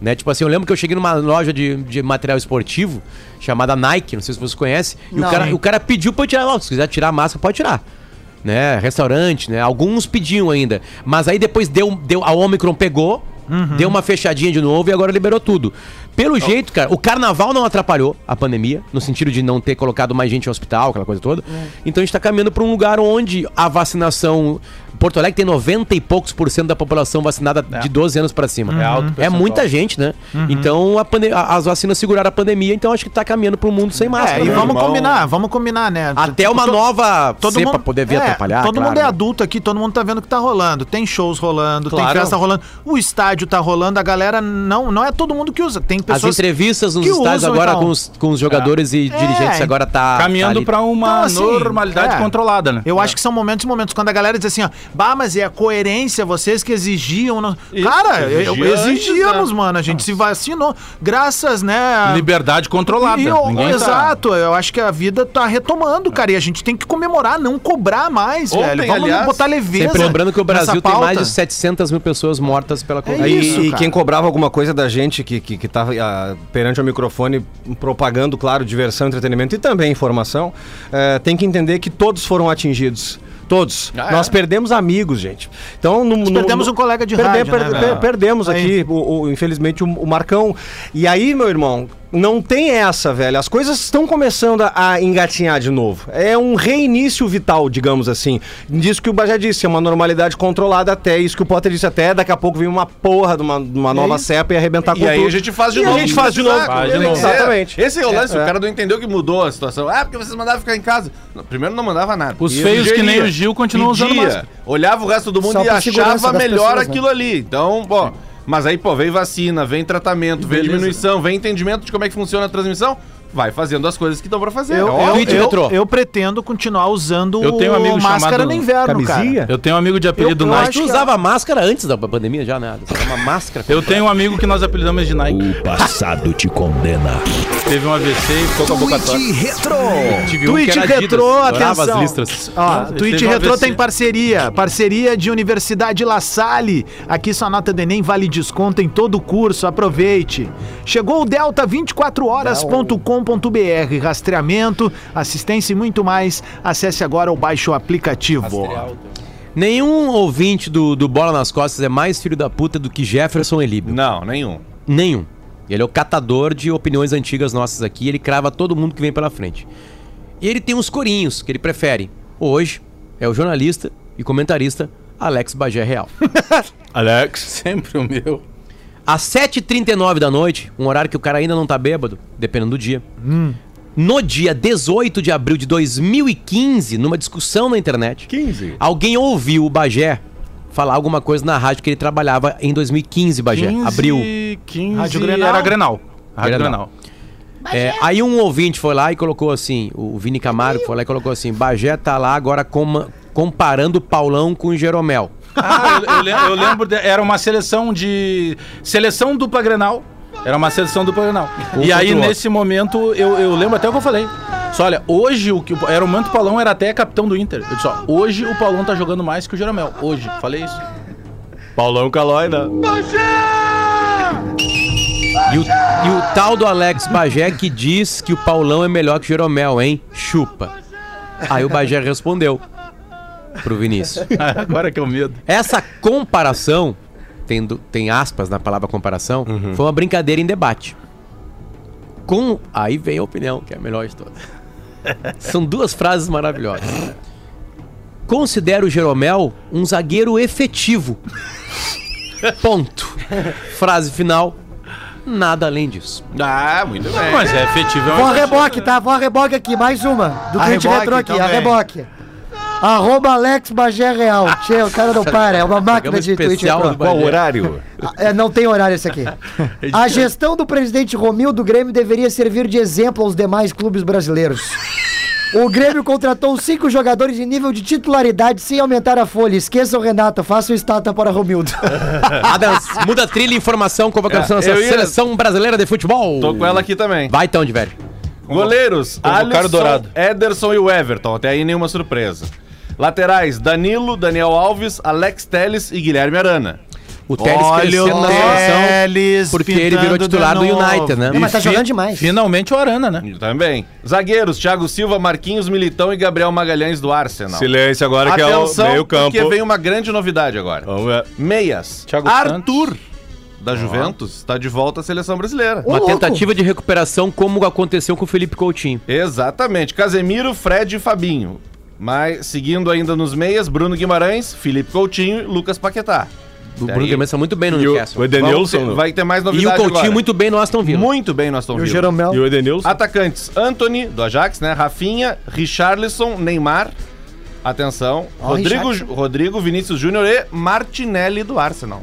G: Né? Tipo assim, eu lembro que eu cheguei numa loja de, de material esportivo chamada Nike, não sei se você conhece, e o
C: Não.
G: cara, o cara pediu pra eu tirar, ó, se quiser tirar a máscara, pode tirar. Né, restaurante, né? Alguns pediam ainda. Mas aí depois deu, deu a Omicron pegou, deu uma fechadinha de novo e agora liberou tudo. Pelo jeito, cara, o carnaval não atrapalhou a pandemia, no sentido de não ter colocado mais gente no hospital, aquela coisa toda. Então a gente tá caminhando pra um lugar onde a vacinação. Porto Alegre tem 90 e poucos por cento da população vacinada de 12 anos pra cima.
F: É alto
G: É
F: percentual.
G: muita gente, né?
C: Uhum.
G: Então a pande- a- as vacinas seguraram a pandemia, então acho que tá caminhando pra um mundo sem máscara.
C: É, e
G: né?
C: vamos combinar, vamos combinar, né?
G: Até
C: Tipo,
G: uma
C: to-
G: nova cepa poder vir
C: é,
G: atrapalhar.
C: Todo
G: claro,
C: mundo é
G: né?
C: adulto aqui, todo mundo tá vendo o que tá rolando. Tem shows rolando,
G: Claro.
C: tem festa rolando, o estádio tá rolando, a galera não, não é todo mundo que usa. Tem
G: As
C: pessoas
G: entrevistas nos
C: que
G: estádios
C: usam e
G: agora
C: tal.
G: com, os, com os jogadores e
C: É,
G: dirigentes agora tá. tá
F: Caminhando
G: ali.
F: pra uma
C: Então, assim,
F: normalidade
C: é.
F: controlada, né?
C: Eu acho que são momentos e momentos. Quando a galera diz assim, ó, bah, mas é a coerência, vocês que exigiam. não-" Cara, eu-
D: exigia antes, né?
C: exigíamos, mano. A gente se vacinou. Graças, né? a-
F: Liberdade controlada.
C: E eu-
F: Ninguém tá-
C: exato, eu acho que a vida tá retomando, cara. E a gente tem que comemorar, não cobrar mais,
D: Ontem,
C: velho. Vamos
D: aliás,
C: botar leveza.
G: Sempre lembrando que o
C: nessa
G: Brasil tem
C: pauta. É
G: mais de 700 mil pessoas mortas pela Covid.
K: E,
C: isso,
K: e
C: cara.
K: quem cobrava alguma coisa da gente que, que, que tava ah, perante o microfone propagando, claro, diversão, entretenimento e também informação, eh, tem que entender que todos foram atingidos. Todos.
C: Ah, é?
K: Nós perdemos amigos, gente. Então, no, no-
C: perdemos
K: no-
C: um colega de rádio,
K: per-
C: né,
K: per-
C: velho?
K: Perdemos
C: Aí.
K: aqui, o- o- infelizmente, o, o Marcão. E aí, meu irmão, não tem essa, velho. As coisas estão começando a, a engatinhar de novo. É um reinício vital, digamos assim. Disso que o Bajé disse, é uma normalidade controlada até. Isso que o Potter disse até, daqui a pouco vem uma porra de uma, de uma nova cepa e arrebentar
D: E aí a gente faz de
K: E
D: novo.
K: a gente faz de novo.
D: Faz de
K: É,
D: novo.
K: Exatamente.
D: Esse é o lance,
K: É.
D: o cara não entendeu que mudou a situação. Ah, porque vocês mandavam ficar em casa. Não, primeiro não mandava nada.
F: Os feios que nem
D: Pedia,
F: o Gil continuam usando
D: pedia,
F: máscara.
D: Olhava o resto do mundo
E: Só
D: e
E: pra segurança
D: achava
E: das
D: melhor
E: pessoas, né?
D: aquilo ali. Então, bom. Mas aí, pô, vem vacina, vem tratamento, vem diminuição, vem entendimento de como é que funciona a transmissão. Vai fazendo as coisas que estão pra fazer.
C: Eu,
D: É
C: eu,
D: óbvio.
G: Tweet metrô.
C: eu, eu pretendo continuar usando
F: Eu tenho um amigo
C: máscara
F: chamado
C: no inverno, cara.
F: Eu tenho um amigo de apelido
C: Eu- eu
G: Mas
F: Nike.
G: tu
C: acho que- é
G: usava máscara antes da pandemia já, né? Você usava Uma máscara.
F: Eu tenho um amigo que nós apelidamos de Nike.
G: Uh.
A: O passado te condena.
F: Teve um AVC e ficou com a boca torta. Tive um que
C: Twitch
F: era Adidas,
C: Retro,
F: adorava
C: atenção.
F: as listras.
C: Ó, Twitch
F: teve um
C: Retro
F: AVC.
C: tem parceria. Parceria de Universidade La Salle. Aqui sua nota do Enem vale desconto em todo o curso. Aproveite. Chegou o delta24horas.com.br. Rastreamento, assistência e muito mais. Acesse agora ou baixe o aplicativo.
G: Nenhum ouvinte do, do Bola nas Costas é mais filho da puta do que Jefferson Elíbio.
D: Não, nenhum.
G: Nenhum. Ele é o catador de opiniões antigas nossas aqui, ele crava todo mundo que vem pela frente. E ele tem uns corinhos que ele prefere. Hoje é o jornalista e comentarista Alex Bagé Real.
F: Alex. Sempre o meu.
G: Às 7h39 da noite, um horário que o cara ainda não tá bêbado, dependendo do dia. No dia 18 de abril de 2015, numa discussão na internet,
I: 15.
G: alguém ouviu o Bagé falar alguma coisa na rádio que ele trabalhava em 2015, Bagé. Abril.
F: 15
C: Rádio Grenal.
F: era Grenal. Rádio Grenal.
G: Grenal. É, aí um ouvinte foi lá e colocou assim, o Vini Camargo foi lá e colocou assim, Bagé tá lá agora coma- comparando o Paulão com o Jeromel.
F: Ah, eu, eu lem- eu lembro, de- era uma seleção de. Seleção dupla Grenal. Era uma seleção dupla Grenal. e aí,
G: outro.
F: nesse momento, eu, eu lembro até o que eu falei. Só olha, hoje o que. o- Era o Manto Paulão, era até capitão do Inter. Eu disse, ó, hoje o Paulão tá jogando mais que o Jeromel. Hoje, falei isso.
K: Paulão Calói, né?
G: E o, e o tal do Alex Bagé que diz que o Paulão é melhor que o Jeromel, hein? Chupa. Aí o Bagé respondeu pro Vinícius.
F: Agora que eu medo.
G: Essa comparação, tendo, tem aspas na palavra comparação, foi uma brincadeira em debate. Com. Aí vem a opinião, que é a melhor de todas. São duas frases maravilhosas. Considero o Jeromel um zagueiro efetivo. Ponto. Frase final. Nada além disso.
D: Ah, muito bem.
F: Mas é efetivo, é
E: Vó
F: uma.
E: reboque, tá? Vó reboque aqui, mais uma. Do
C: A
E: Twitch
C: reboque
E: Retro aqui, a
C: também.
E: reboque. Arroba Alex Bagé Real. Tchê, o cara não para, é uma máquina de
G: Programa
E: Twitch
G: especial
E: Retro.
G: do Bagé.
K: horário?
E: É, não tem horário esse aqui. A gestão do presidente Romildo Grêmio deveria servir de exemplo aos demais clubes brasileiros. O Grêmio contratou cinco jogadores de nível de titularidade sem aumentar a folha. Esqueça o Renato, faça o estátua para Romildo.
G: Adams, muda a trilha e informação, convocação
D: É,
G: da
D: eu ia-
G: seleção brasileira de futebol.
D: Tô com ela aqui também.
G: Vai então, de velho.
D: Goleiros,
G: Convocaram
D: Alisson,
G: o Dourado.
D: Ederson e o Everton. Até aí nenhuma surpresa. Laterais, Danilo, Daniel Alves, Alex Teles e Guilherme Arana.
G: O Telles crescendo na seleção, porque ele virou titular do United, né? Não, mas tá jogando
E: demais.
D: Finalmente o Arana, né? Também. Zagueiros, Thiago Silva, Marquinhos Militão e Gabriel Magalhães do Arsenal.
L: Silêncio agora que é o
D: Atenção,
L: meio-campo.
D: Porque vem uma grande novidade agora. Meias. Arthur, da Juventus, está de volta à seleção brasileira.
G: Uma tentativa de recuperação, como aconteceu com o Felipe Coutinho.
D: Exatamente. Casemiro, Fred e Fabinho. Mas seguindo ainda nos meias, Bruno Guimarães, Felipe Coutinho e Lucas Paquetá.
G: O Bruno Guimarães tá muito bem no
D: E o-
G: Newcastle.
D: o Edenilson, Vamos ter- vai ter mais
G: E o
D: novidade
G: Coutinho
D: agora.
G: muito bem no Aston Villa.
D: Muito bem no Aston Villa.
L: E o Edenilson?
D: Atacantes: Anthony, do Ajax, né? Rafinha, Richarlison, Neymar. Atenção.
E: Ó,
D: Rodrigo,
E: Richarlison.
D: Rodrigo Vinícius Júnior e Martinelli do Arsenal.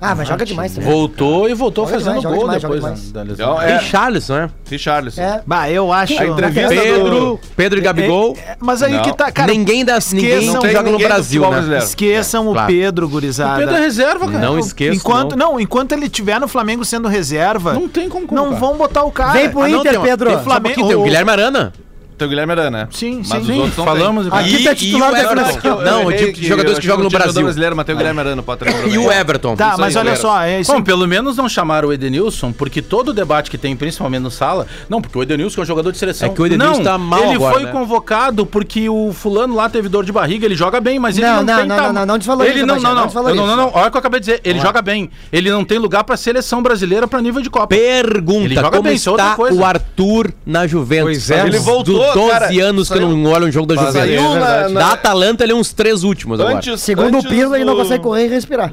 E: Ah, mas joga demais também.
F: Voltou e voltou
E: Joga
F: fazendo
E: demais, joga
F: gol
E: demais, joga
F: depois
E: demais.
F: né, da lesão.
D: Então, é.
G: Richarlison, né?
D: Richarlison.
E: É.
C: Bah, eu acho.
D: A entrevista
G: Pedro,
D: do-
G: Pedro e Gabigol.
C: É, é, mas aí
G: Não.
C: que tá, cara.
G: Ninguém da- ninguém
C: esqueçam-
G: não joga no
C: ninguém do
G: Brasil,
C: futebol
G: né?
C: brasileiro. Esqueçam o
G: Claro.
C: Pedro, gurizada.
F: O Pedro é reserva, cara.
G: Não esqueçam,
C: Enquanto, não. enquanto ele tiver no Flamengo sendo reserva, não,
F: tem como
C: não vão botar o cara.
E: Vem pro
C: Ah, não,
E: Inter,
C: tem-
E: Pedro.
C: Tem Flamengo,
G: Tem o Guilherme Arana.
D: Tem o Guilherme Arana, né?
C: Sim,
D: Mas
C: sim.
D: os outros não
F: falamos
D: tem.
F: aqui.
G: Aqui
D: E-
G: tá
D: e
G: titular
D: o
G: da
D: Everton.
G: seleção.
D: Eu
G: Não, eu
D: errei
G: digo de
D: que-
G: jogadores
D: eu
G: que jogam no
D: achei time
G: Brasil.
D: brasileiro, mas tem o Guilherme Arana, Potter.
G: E o Everton.
C: Tá,
D: Isso
C: mas
D: aí,
C: olha
D: galera.
C: só, é isso.
F: Bom, pelo menos não chamaram o Edenilson, porque todo o debate que tem, principalmente no sala, não, porque o Edenilson é um jogador de seleção.
G: É que o Edenilson
F: não,
G: tá mal
F: ele
G: agora,
F: foi
G: né?
F: convocado porque o fulano lá teve dor de barriga, ele joga bem, mas ele
E: Não,
F: não,
E: não,
F: tem
E: não,
F: tam-
E: não, não, não desvaloriza,
F: Ele não,
E: Bagé,
F: não,
E: não
F: não, não,
E: desvaloriza.
F: não, não, olha o que eu acabei de dizer,
E: Vamos
F: ele
E: lá.
F: joga bem, ele não tem lugar pra seleção brasileira pra nível de Copa. Ele
G: Pergunta,
F: joga
G: como
F: bem, isso é outra
G: está
F: coisa.
G: o Arthur na Juventus?
K: Pois é,
G: Faz
K: ele
G: uns
D: voltou,
G: do 12
D: cara.
G: anos que eu não olho um jogo da
D: Saiu
G: Juventus.
D: na- na-
G: Da Atalanta, ele é uns três últimos agora.
D: Antes-
E: Segundo o
D: antes
E: Pirlo, ele não
D: do-
E: consegue correr e respirar.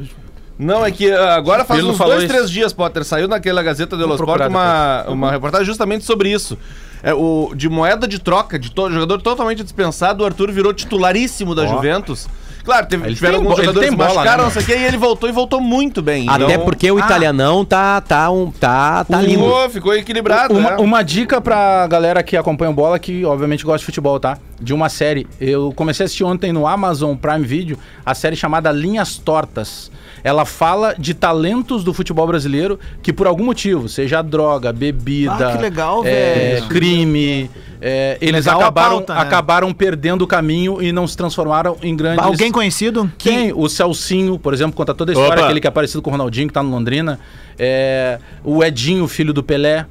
D: Não, é que ah, agora faz
F: Pirlo
D: uns
F: falou
D: dois,
F: isso.
D: três dias, Potter. Saiu naquela Gazeta dello Sport
F: procurar
D: uma, uma reportagem justamente sobre isso. É, o, de moeda de troca, de to- jogador totalmente dispensado, o Arthur virou titularíssimo da Juventus. Claro, teve,
F: Ele
D: tiveram
F: tem
D: alguns
F: bo- ele
D: jogadores que
F: tem bola, né,
D: machucaram, não sei o quê, e ele voltou e voltou muito bem.
G: Até
D: Então,
G: porque o italianão tá, tá, um, tá, tá lindo.
D: Ficou, ficou equilibrado.
F: Uma,
D: né?
F: uma dica pra galera que acompanha o bola, que obviamente gosta de futebol, tá? De uma série. Eu comecei a assistir ontem no Amazon Prime Video a série chamada Linhas Tortas. Ela fala de talentos do futebol brasileiro que, por algum motivo, seja droga, bebida,
C: Ah, que legal,
F: é,
C: velho.
F: crime, é, eles
C: Legal a
F: acabaram,
C: pauta, né?
F: acabaram perdendo o caminho e não se transformaram em grandes.
C: Alguém conhecido?
F: Quem? O Celcinho, por exemplo, conta toda a história,
L: Opa.
F: aquele que é parecido com o Ronaldinho, que tá no Londrina. É, o Edinho, filho do Pelé.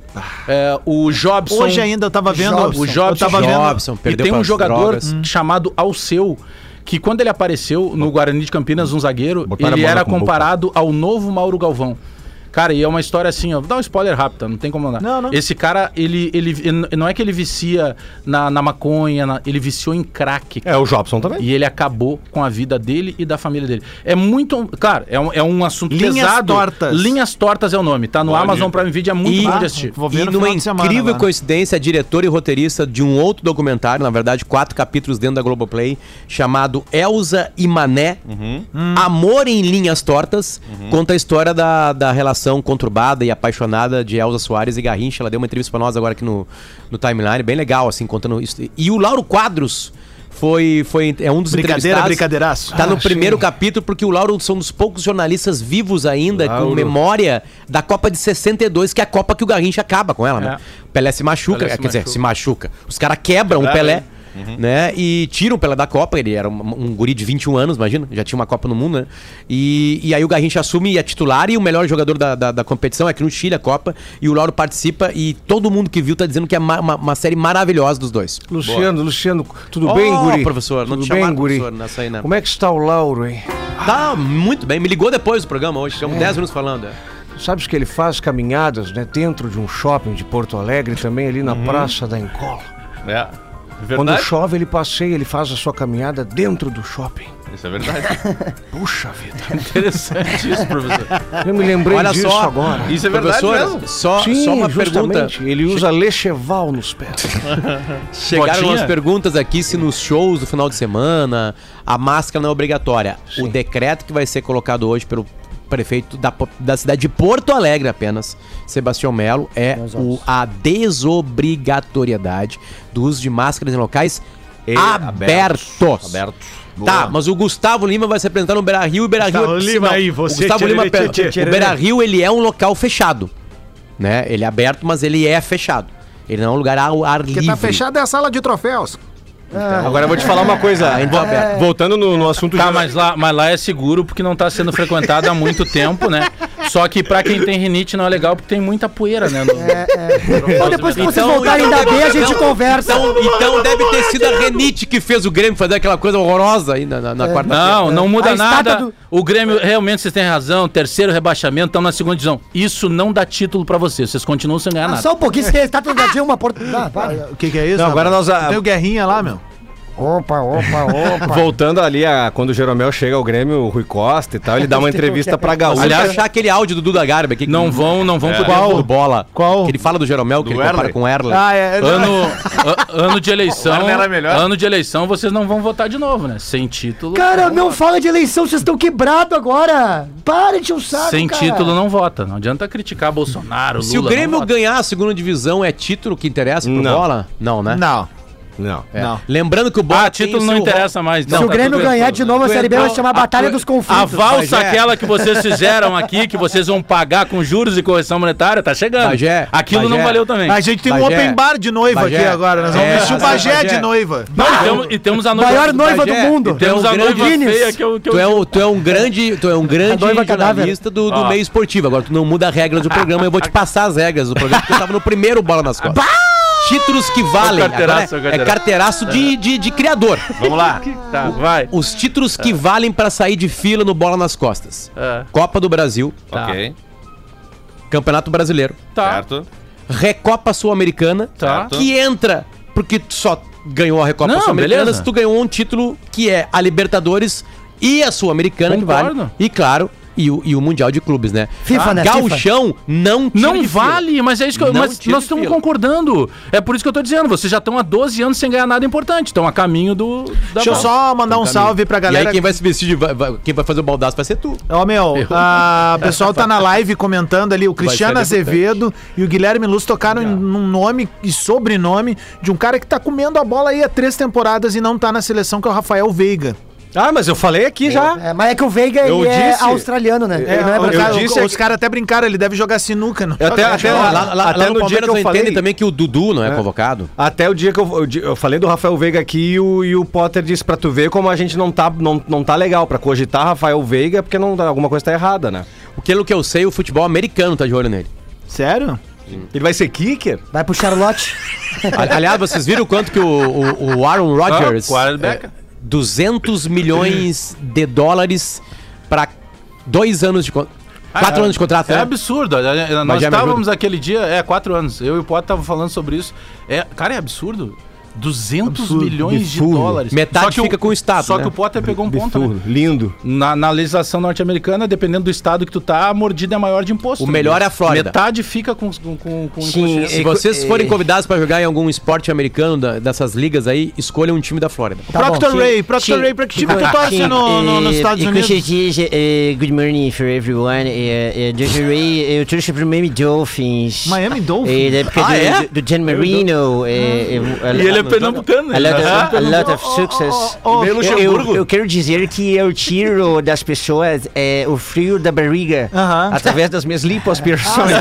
F: É, o Jobson.
C: Hoje ainda eu tava vendo.
F: O Jobson.
C: Eu tava vendo.
G: Jobson,
F: E
G: perdeu
F: tem um
G: pras
F: jogador
G: drogas.
F: chamado Alceu, que quando ele apareceu no Guarani de Campinas, um zagueiro,
K: Botaram
F: ele
K: a bola
F: era
K: com o
F: comparado ao novo Mauro Galvão. Cara, e é uma história assim, ó. Dá um spoiler rápido, tá? não tem como não dar.
C: Não, não.
F: Esse cara, ele, ele, ele- não é que ele vicia na, na maconha, na- ele viciou em crack.
K: É, o Jobson também.
F: E ele acabou com a vida dele e da família dele. É muito. Cara, é um, é um assunto
C: Linhas
F: pesado.
C: Tortas.
F: Linhas Tortas é o nome. Tá no Amazon Prime Video, é muito
G: E,
F: bom de assistir.
C: Vou ver
G: e
C: no
G: numa
C: final de semana
G: incrível
C: agora.
G: coincidência, é diretor e roteirista de um outro documentário, na verdade, quatro capítulos dentro da Globoplay, chamado Elza e Mané,
C: Uhum.
G: Uhum. Amor em Linhas Tortas, conta a história da, da relação conturbada e apaixonada de Elza Soares e Garrincha. Ela deu uma entrevista pra nós agora aqui no, no timeline, bem legal, assim, contando isso. E o Lauro Quadros foi, foi é um dos
C: Brincadeira,
G: entrevistados.
C: brincadeiraço.
G: Tá no
F: Ah,
G: primeiro capítulo, porque o Lauro são um dos poucos jornalistas vivos ainda com memória da Copa de 62, que é a Copa que o Garrincha acaba com ela, né? Pelé se machuca,
F: É. Pelé
G: é,
F: se
G: quer dizer,
F: machuca. Uhum.
G: se machuca. Os caras quebram o
D: Quebraram
G: Pelé, né? E tiram o Pelé da Copa, ele era um, um guri de 21 anos, imagina, já tinha uma Copa no mundo, né? E, e aí o Garrincha assume e é titular e o melhor jogador da, da, da competição é aqui no Chile, a Copa, e o Lauro participa e todo mundo que viu tá dizendo que é ma- uma, uma série maravilhosa dos dois.
K: Luciano, Luciano, tudo
G: Ó,
K: bem, guri?
G: professor, não
K: tudo
G: te
K: bem,
G: chamaram,
K: guri?
G: professor, nessa aí, né?
K: Como é que está o Lauro, hein?
F: Ah.
G: Tá muito bem, me ligou depois do programa hoje, ficamos 10 minutos falando, é.
K: Sabes que ele faz caminhadas, né, dentro de um shopping de Porto Alegre, também ali na Praça da Encola.
D: É.
K: Quando
D: Verdade.
K: chove, ele passeia, ele faz a sua caminhada dentro do shopping.
D: Isso é verdade.
K: Puxa vida.
F: Interessante isso, professor.
K: Eu me lembrei
G: Olha
K: disso
G: só,
K: agora.
D: Isso é verdade
G: Professor,
D: mesmo.
G: Só, só uma pergunta.
K: Ele usa lecheval nos pés.
G: Chegaram
F: Botinha?
G: umas perguntas aqui se nos shows do final de semana a máscara não é obrigatória. O decreto que vai ser colocado hoje pelo prefeito da, po- da cidade de Porto Alegre apenas, Sebastião Melo, é o, a desobrigatoriedade do uso de máscaras em locais abertos.
K: abertos. Abertos.
G: Tá,
K: Boa.
G: mas o Gustavo Lima vai se apresentar no Beira Rio e Beira Rio. é-
K: Gustavo Lima aí,
G: o
K: você,
G: Gustavo
K: tchê,
G: Lima,
K: tchê,
G: pera-
K: tchê, tchê,
G: o Beira Rio ele é um local fechado, né? Ele é aberto, mas ele é fechado. Ele não é um lugar ao ar
M: Porque
G: livre.
M: tá fechada é a sala de troféus.
K: Agora eu vou te falar uma coisa.
G: Ainda
K: vo-
G: aberto.
K: Voltando no, no assunto
F: Tá,
K: de-
F: mas lá, mas lá é seguro porque não tá sendo frequentado há muito tempo, né? Só que pra quem tem rinite não é legal porque tem muita poeira, né? no-
E: Bom, depois que vocês
F: Então-
E: voltarem da B, a gente
G: então-
E: conversa.
G: Então, então deve ter sido a Renite que fez o Grêmio fazer aquela coisa horrorosa aí na, na, na quarta
F: Não, não muda nada.
G: Do...
F: O Grêmio, realmente, vocês têm razão. Terceiro rebaixamento, estamos na segunda divisão. Isso não dá título pra vocês. Vocês continuam sem ganhar
E: Ah,
F: nada.
E: só um pouquinho, você está tentando dar uma oportunidade.
C: O que, que é isso?
K: Não, agora
C: rapaz?
K: nós-
C: Tem o Guerrinha lá, meu.
E: Opa, opa,
K: Voltando ali a quando o Jeromel chega ao Grêmio, o Rui Costa e tal, ele
G: um
K: dá uma
G: é
K: entrevista pra Gaúcha.
G: Aliás, achar aquele áudio do Duda Garbi aqui.
F: Não vão- não vão
G: é.
F: pro
G: qual?
F: Qual?
G: bola.
C: Qual?
G: Que ele fala do Jeromel, que ele compara
F: Erle?
G: com o Erle.
C: Ah, é.
F: Ano, a- ano de eleição.
G: Agora não era melhor.
F: Ano de eleição, vocês não vão votar de novo, né? Sem título.
E: Cara, não fala de eleição, vocês estão quebrados agora. Para de usar.
F: Sem título não vota. Não adianta criticar Bolsonaro,
G: Se o
F: Lula, não
G: Grêmio
F: vota.
G: ganhar a segunda divisão, é título que interessa pro
F: Não.
G: Bola? Não, né?
C: Não.
K: Não.
G: Não. Lembrando que o Bola.
F: Ah, título não interessa mais,
G: não.
F: não. tá
E: Se o Grêmio ganhar de novo a Série B, vai se chamar Batalha dos Conflitos.
F: A valsa
G: Bagé.
F: aquela que vocês fizeram aqui, que vocês vão pagar com juros e correção monetária, tá chegando.
G: Bagé,
F: Aquilo
G: Bagé.
F: não valeu também.
C: A gente tem um open bar de noiva
F: Bagé.
C: aqui agora. Nós vamos
F: É,
C: vestir o Bagé,
F: Bagé. Tá
C: de noiva.
F: Não, e temos- e temos a noiva
E: Maior noiva do
G: Bagé.
E: mundo.
G: Tu é um
F: Temos a noiva
G: grande-
F: feia que eu- que eu-
G: Tu é um- tu é um grande, tu é um grande
E: noiva cadáver.
G: jornalista do, do
F: Ó.
G: meio esportivo. Agora tu não muda a regra do programa, eu vou te passar as regras do programa, porque eu tava no primeiro bola nas costas. Títulos que valem. Agora
F: carteiraço, é o
G: é, é
F: carteiraço.
G: carteiraço de, de, de criador.
F: Vamos lá. Tá, vai.
G: Os títulos que valem pra sair de fila no bola nas costas.
F: É.
G: Copa do Brasil,
D: Ok.
G: Campeonato Brasileiro,
F: Tá.
D: Certo.
G: Recopa Sul-Americana,
F: Tá.
G: que entra porque tu só ganhou a Recopa
F: Não,
G: Sul-Americana
F: beleza.
G: se tu ganhou um título que é a Libertadores e a Sul-Americana que vale.
F: Concordo.
G: E claro, e o, e o Mundial de Clubes, né?
E: FIFA, né?
G: Gauchão não tira
F: Não
G: de fila.
F: vale, mas é isso que eu,
G: Não
F: mas
G: tira
F: nós
G: de
F: estamos
G: fila.
F: concordando. É por isso que eu tô dizendo, vocês já estão há 12 anos sem ganhar nada importante, estão a caminho do da
C: Deixa eu
F: bola.
C: só mandar um salve pra
G: E
C: galera.
G: aí quem vai se vestir de va- va- quem vai fazer o baldaço vai ser tu.
C: Ó, meu, a- o pessoal tá na live comentando ali, o Cristiano
G: Vai ser debutante.
C: Azevedo e o Guilherme Luz tocaram em um nome e sobrenome de um cara que tá comendo a bola aí há três temporadas e não tá na seleção, que é o Rafael Veiga.
K: Ah, mas eu falei aqui já.
E: É, mas é que o Veiga
K: Eu
E: ele é
K: disse-
E: australiano, né?
C: É,
E: Ele não é
C: o-
E: brasileiro.
C: cara,
K: disse
C: o-
K: é
C: os caras até brincaram, ele deve jogar sinuca. Não.
K: Até, até,
G: lá, lá, lá
K: até
G: no
K: no dia
G: Palmeiras
K: que eu
G: não
K: falei
G: entendem também que o Dudu não é, convocado.
K: Até o dia que eu, eu di- eu falei do Rafael Veiga aqui e o, e o Potter disse pra tu ver como a gente não tá, não, não tá legal pra cogitar Rafael Veiga porque não, alguma coisa tá errada, né?
G: O que, que eu sei, o futebol americano tá de olho nele.
C: Sério?
K: Ele vai ser kicker?
E: Vai pro Charlotte.
G: Ali- Aliás, vocês viram quanto que o, o- o Aaron Rodgers.
F: Ah, quarterback.
G: é, 200 milhões de dólares pra dois anos de. con- Quatro
F: é,
G: anos de contrato,
F: É
G: né?
F: absurdo. é, é,
G: Mas
F: Nós
G: já me
F: estávamos aquele dia, é, quatro anos. Eu e o Potter estavam falando sobre isso. É, cara, é absurdo. 200 milhões
K: absurdo.
F: de dólares.
G: Metade
F: Só que
G: fica com o Estado,
F: Só
G: né?
F: que o Potter pegou um ponto. né?
K: Absurdo, lindo.
F: Na, na legislação norte-americana, dependendo do estado que tu tá, a mordida é maior de imposto.
G: O melhor é a Flórida.
F: Metade fica com. com, com, com
K: Sim,
F: inconsciência.
G: Se vocês forem convidados pra jogar em algum esporte americano da- dessas ligas aí, escolham um time da Flórida.
E: Tá bom.
C: Proctor Ray, Proctor Ray, pra que time tu torce no, no-
N: eh,
C: nos Estados Unidos?
N: good morning for everyone. É, é, Dr. Ray, eu trouxe pro Miami Dolphins.
C: Miami Dolphins.
N: É, da época
G: Ah,
N: do,
G: é?
N: do, do Jan Marino. É, é,
F: E ele é
E: tá
F: pernambucano,
N: A
F: ele
N: lot of,
F: nasceu
N: a
F: em
N: lot of success.
C: oh,
N: eu,
D: Luxemburgo.
N: eu, eu quero dizer que eu tiro das pessoas é, o frio da barriga
C: Aham.
N: através das minhas lipoaspirações.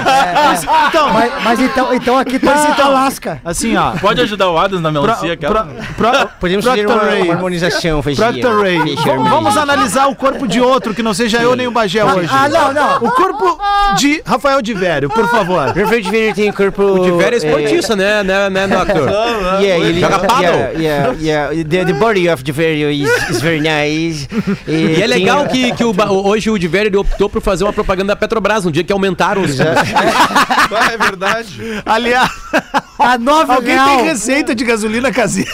C: Mas, então,
E: Mas, mas então, então aqui tá
C: Mas então-
E: Alasca.
C: assim, ó.
F: Pode ajudar o Adams na melancia,
C: Pro,
F: aquela.
C: pro, pro,
N: Podemos fazer
C: Proctor
N: uma, uma
C: Ray.
N: harmonização facial.
C: Proctor Ray.
N: Facial
C: V- Vamos
N: harmonização.
C: analisar o corpo de outro que não seja eu nem o Bagé hoje.
E: ah, não, não.
C: O corpo de Rafael de Vério, por favor.
N: Rafael de Vieira tem corpo.
G: O Tiver é
N: eh,
G: esportista, né, né, né, Doctor?
N: Yeah, ele,
G: Joga
N: yeah,
G: paddle.
N: yeah, yeah. The, the body of the Verio is, is very nice. Eh,
G: E é legal que, que o ba- hoje o Diver ele optou por fazer uma propaganda da Petrobras, um dia que aumentaram os.
D: Ah, é verdade.
C: Aliás,
E: Tá nove
C: Alguém
E: real.
C: tem receita de gasolina caseira?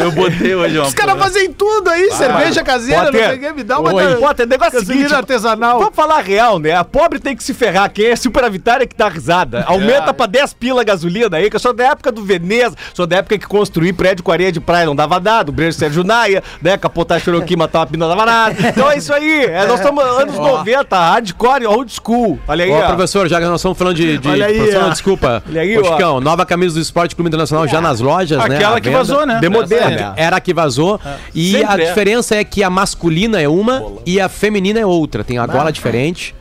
D: Eu botei hoje, ó.
C: Os caras fazem tudo aí,
D: Ah,
C: cerveja caseira,
K: Potter.
C: não sei o que, me dá uma
K: Oi, Potter, negócio é o
C: gasolina
K: seguinte,
C: artesanal.
K: Vamos falar real, né? A pobre tem que se ferrar. Quem é superavitária é que dá risada. Aumenta pra 10 pila a gasolina aí, que eu sou da época do Veneza, sou da época que construí prédio com areia de praia, não dava nada. O brejo Sérgio Naia, né? Capotar Cherokee, matar uma pina, não dava nada. Então é isso aí. É, nós estamos anos
G: Ó.
K: 90, hardcore, old school. Olha aí,
G: Ó,
K: ó.
G: professor, já que nós estamos falando de. de
K: Olha aí,
G: professor,
K: ó.
G: não, desculpa.
K: Olha aí,
G: Ô,
K: ó.
G: Chicão, nova camisa do Esporte Clube Internacional já nas lojas, né?
F: Aquela
G: à
F: que
G: venda.
F: vazou, né?
G: Demodê,
F: Essa é,
G: né?
F: né?
G: Era a que vazou. E
F: Sempre
G: a
F: é.
G: diferença é. que a masculina é uma e a feminina é outra. Tem a gola diferente.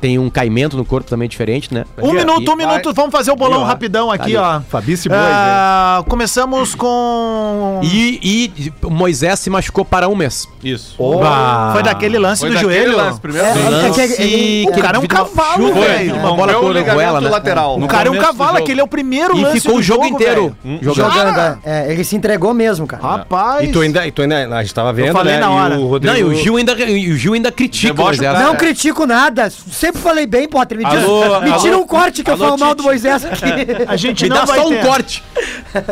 G: Tem um caimento no corpo também diferente, né?
C: Um minuto, um minuto. Vamos fazer o bolão
G: Aqui, ó.
C: rapidão aqui,
G: tá Ali.
C: ó.
G: Fabice Boi,
C: Ah, Começamos com...
G: E, e Moisés se machucou para um mês.
D: Isso.
C: Foi daquele lance do joelho?
G: É,
C: Sim.
G: lance
C: É que ele- o
G: que
C: cara é um
G: ele dividiu uma-
C: cavalo,
G: Foi,
C: velho.
G: Uma bola
C: Rompeu o
G: com
C: ligamento
G: ela, né?
C: lateral. O cara é um
G: começo do
C: cavalo,
G: jogo.
C: aquele é o primeiro
G: E
C: lance
G: ficou
C: do
G: o jogo
C: jogo,
G: inteiro.
C: velho.
G: Jogando.
E: Jogando, é, ele se entregou mesmo, cara.
C: Ah, Rapaz.
O: E tu ainda, e tu ainda, a gente tava vendo,
G: falei
O: né?
G: na hora.
O: E o Rodrigo...
G: Não, e o Gil ainda, e o Gil ainda critica o Moisés.
E: não
G: É.
E: critico nada. Sempre falei bem, Potter. Me, diz-
G: Alô,
E: me tira
G: alô,
E: um corte que eu
G: alô,
E: falo mal do
G: Tite.
E: Moisés aqui.
C: A gente
G: Me
C: não
G: dá
C: vai
G: só um
C: ter.
G: corte.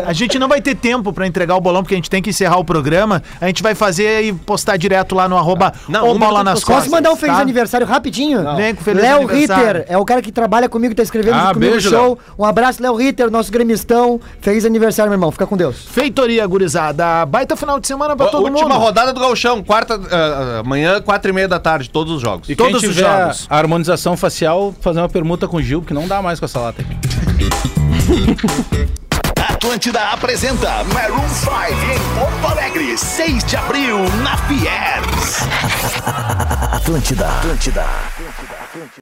C: A gente não vai ter tempo pra entregar o bolão, porque a gente tem que encerrar o programa. A gente vai fazer e postar direto lá no arroba
E: Não,
C: ou bola nas costas.
E: Posso mandar um feliz
C: tá?
E: aniversário rapidinho?
C: Vem com feliz
E: Léo
C: aniversário.
E: Ritter é o cara que trabalha comigo, tá escrevendo
C: Ah,
E: junto comigo no
C: beijo,
E: show. Um abraço, Léo Ritter, nosso gremistão. Feliz aniversário, meu irmão. Fica com Deus.
C: Feitoria, gurizada. Baita final de semana pra
D: Ó,
C: todo mundo.
D: última rodada do Galchão, quarta, ah, ah, amanhã, quatro e meia da tarde, todos os jogos.
F: E todos quem tiver a harmonização facial, fazer uma permuta com o Gil, porque não dá mais com essa lata aqui.
B: Atlântida apresenta Maroon 5 em Porto Alegre, 6 de abril, na Fiers.
A: Atlântida. Atlântida.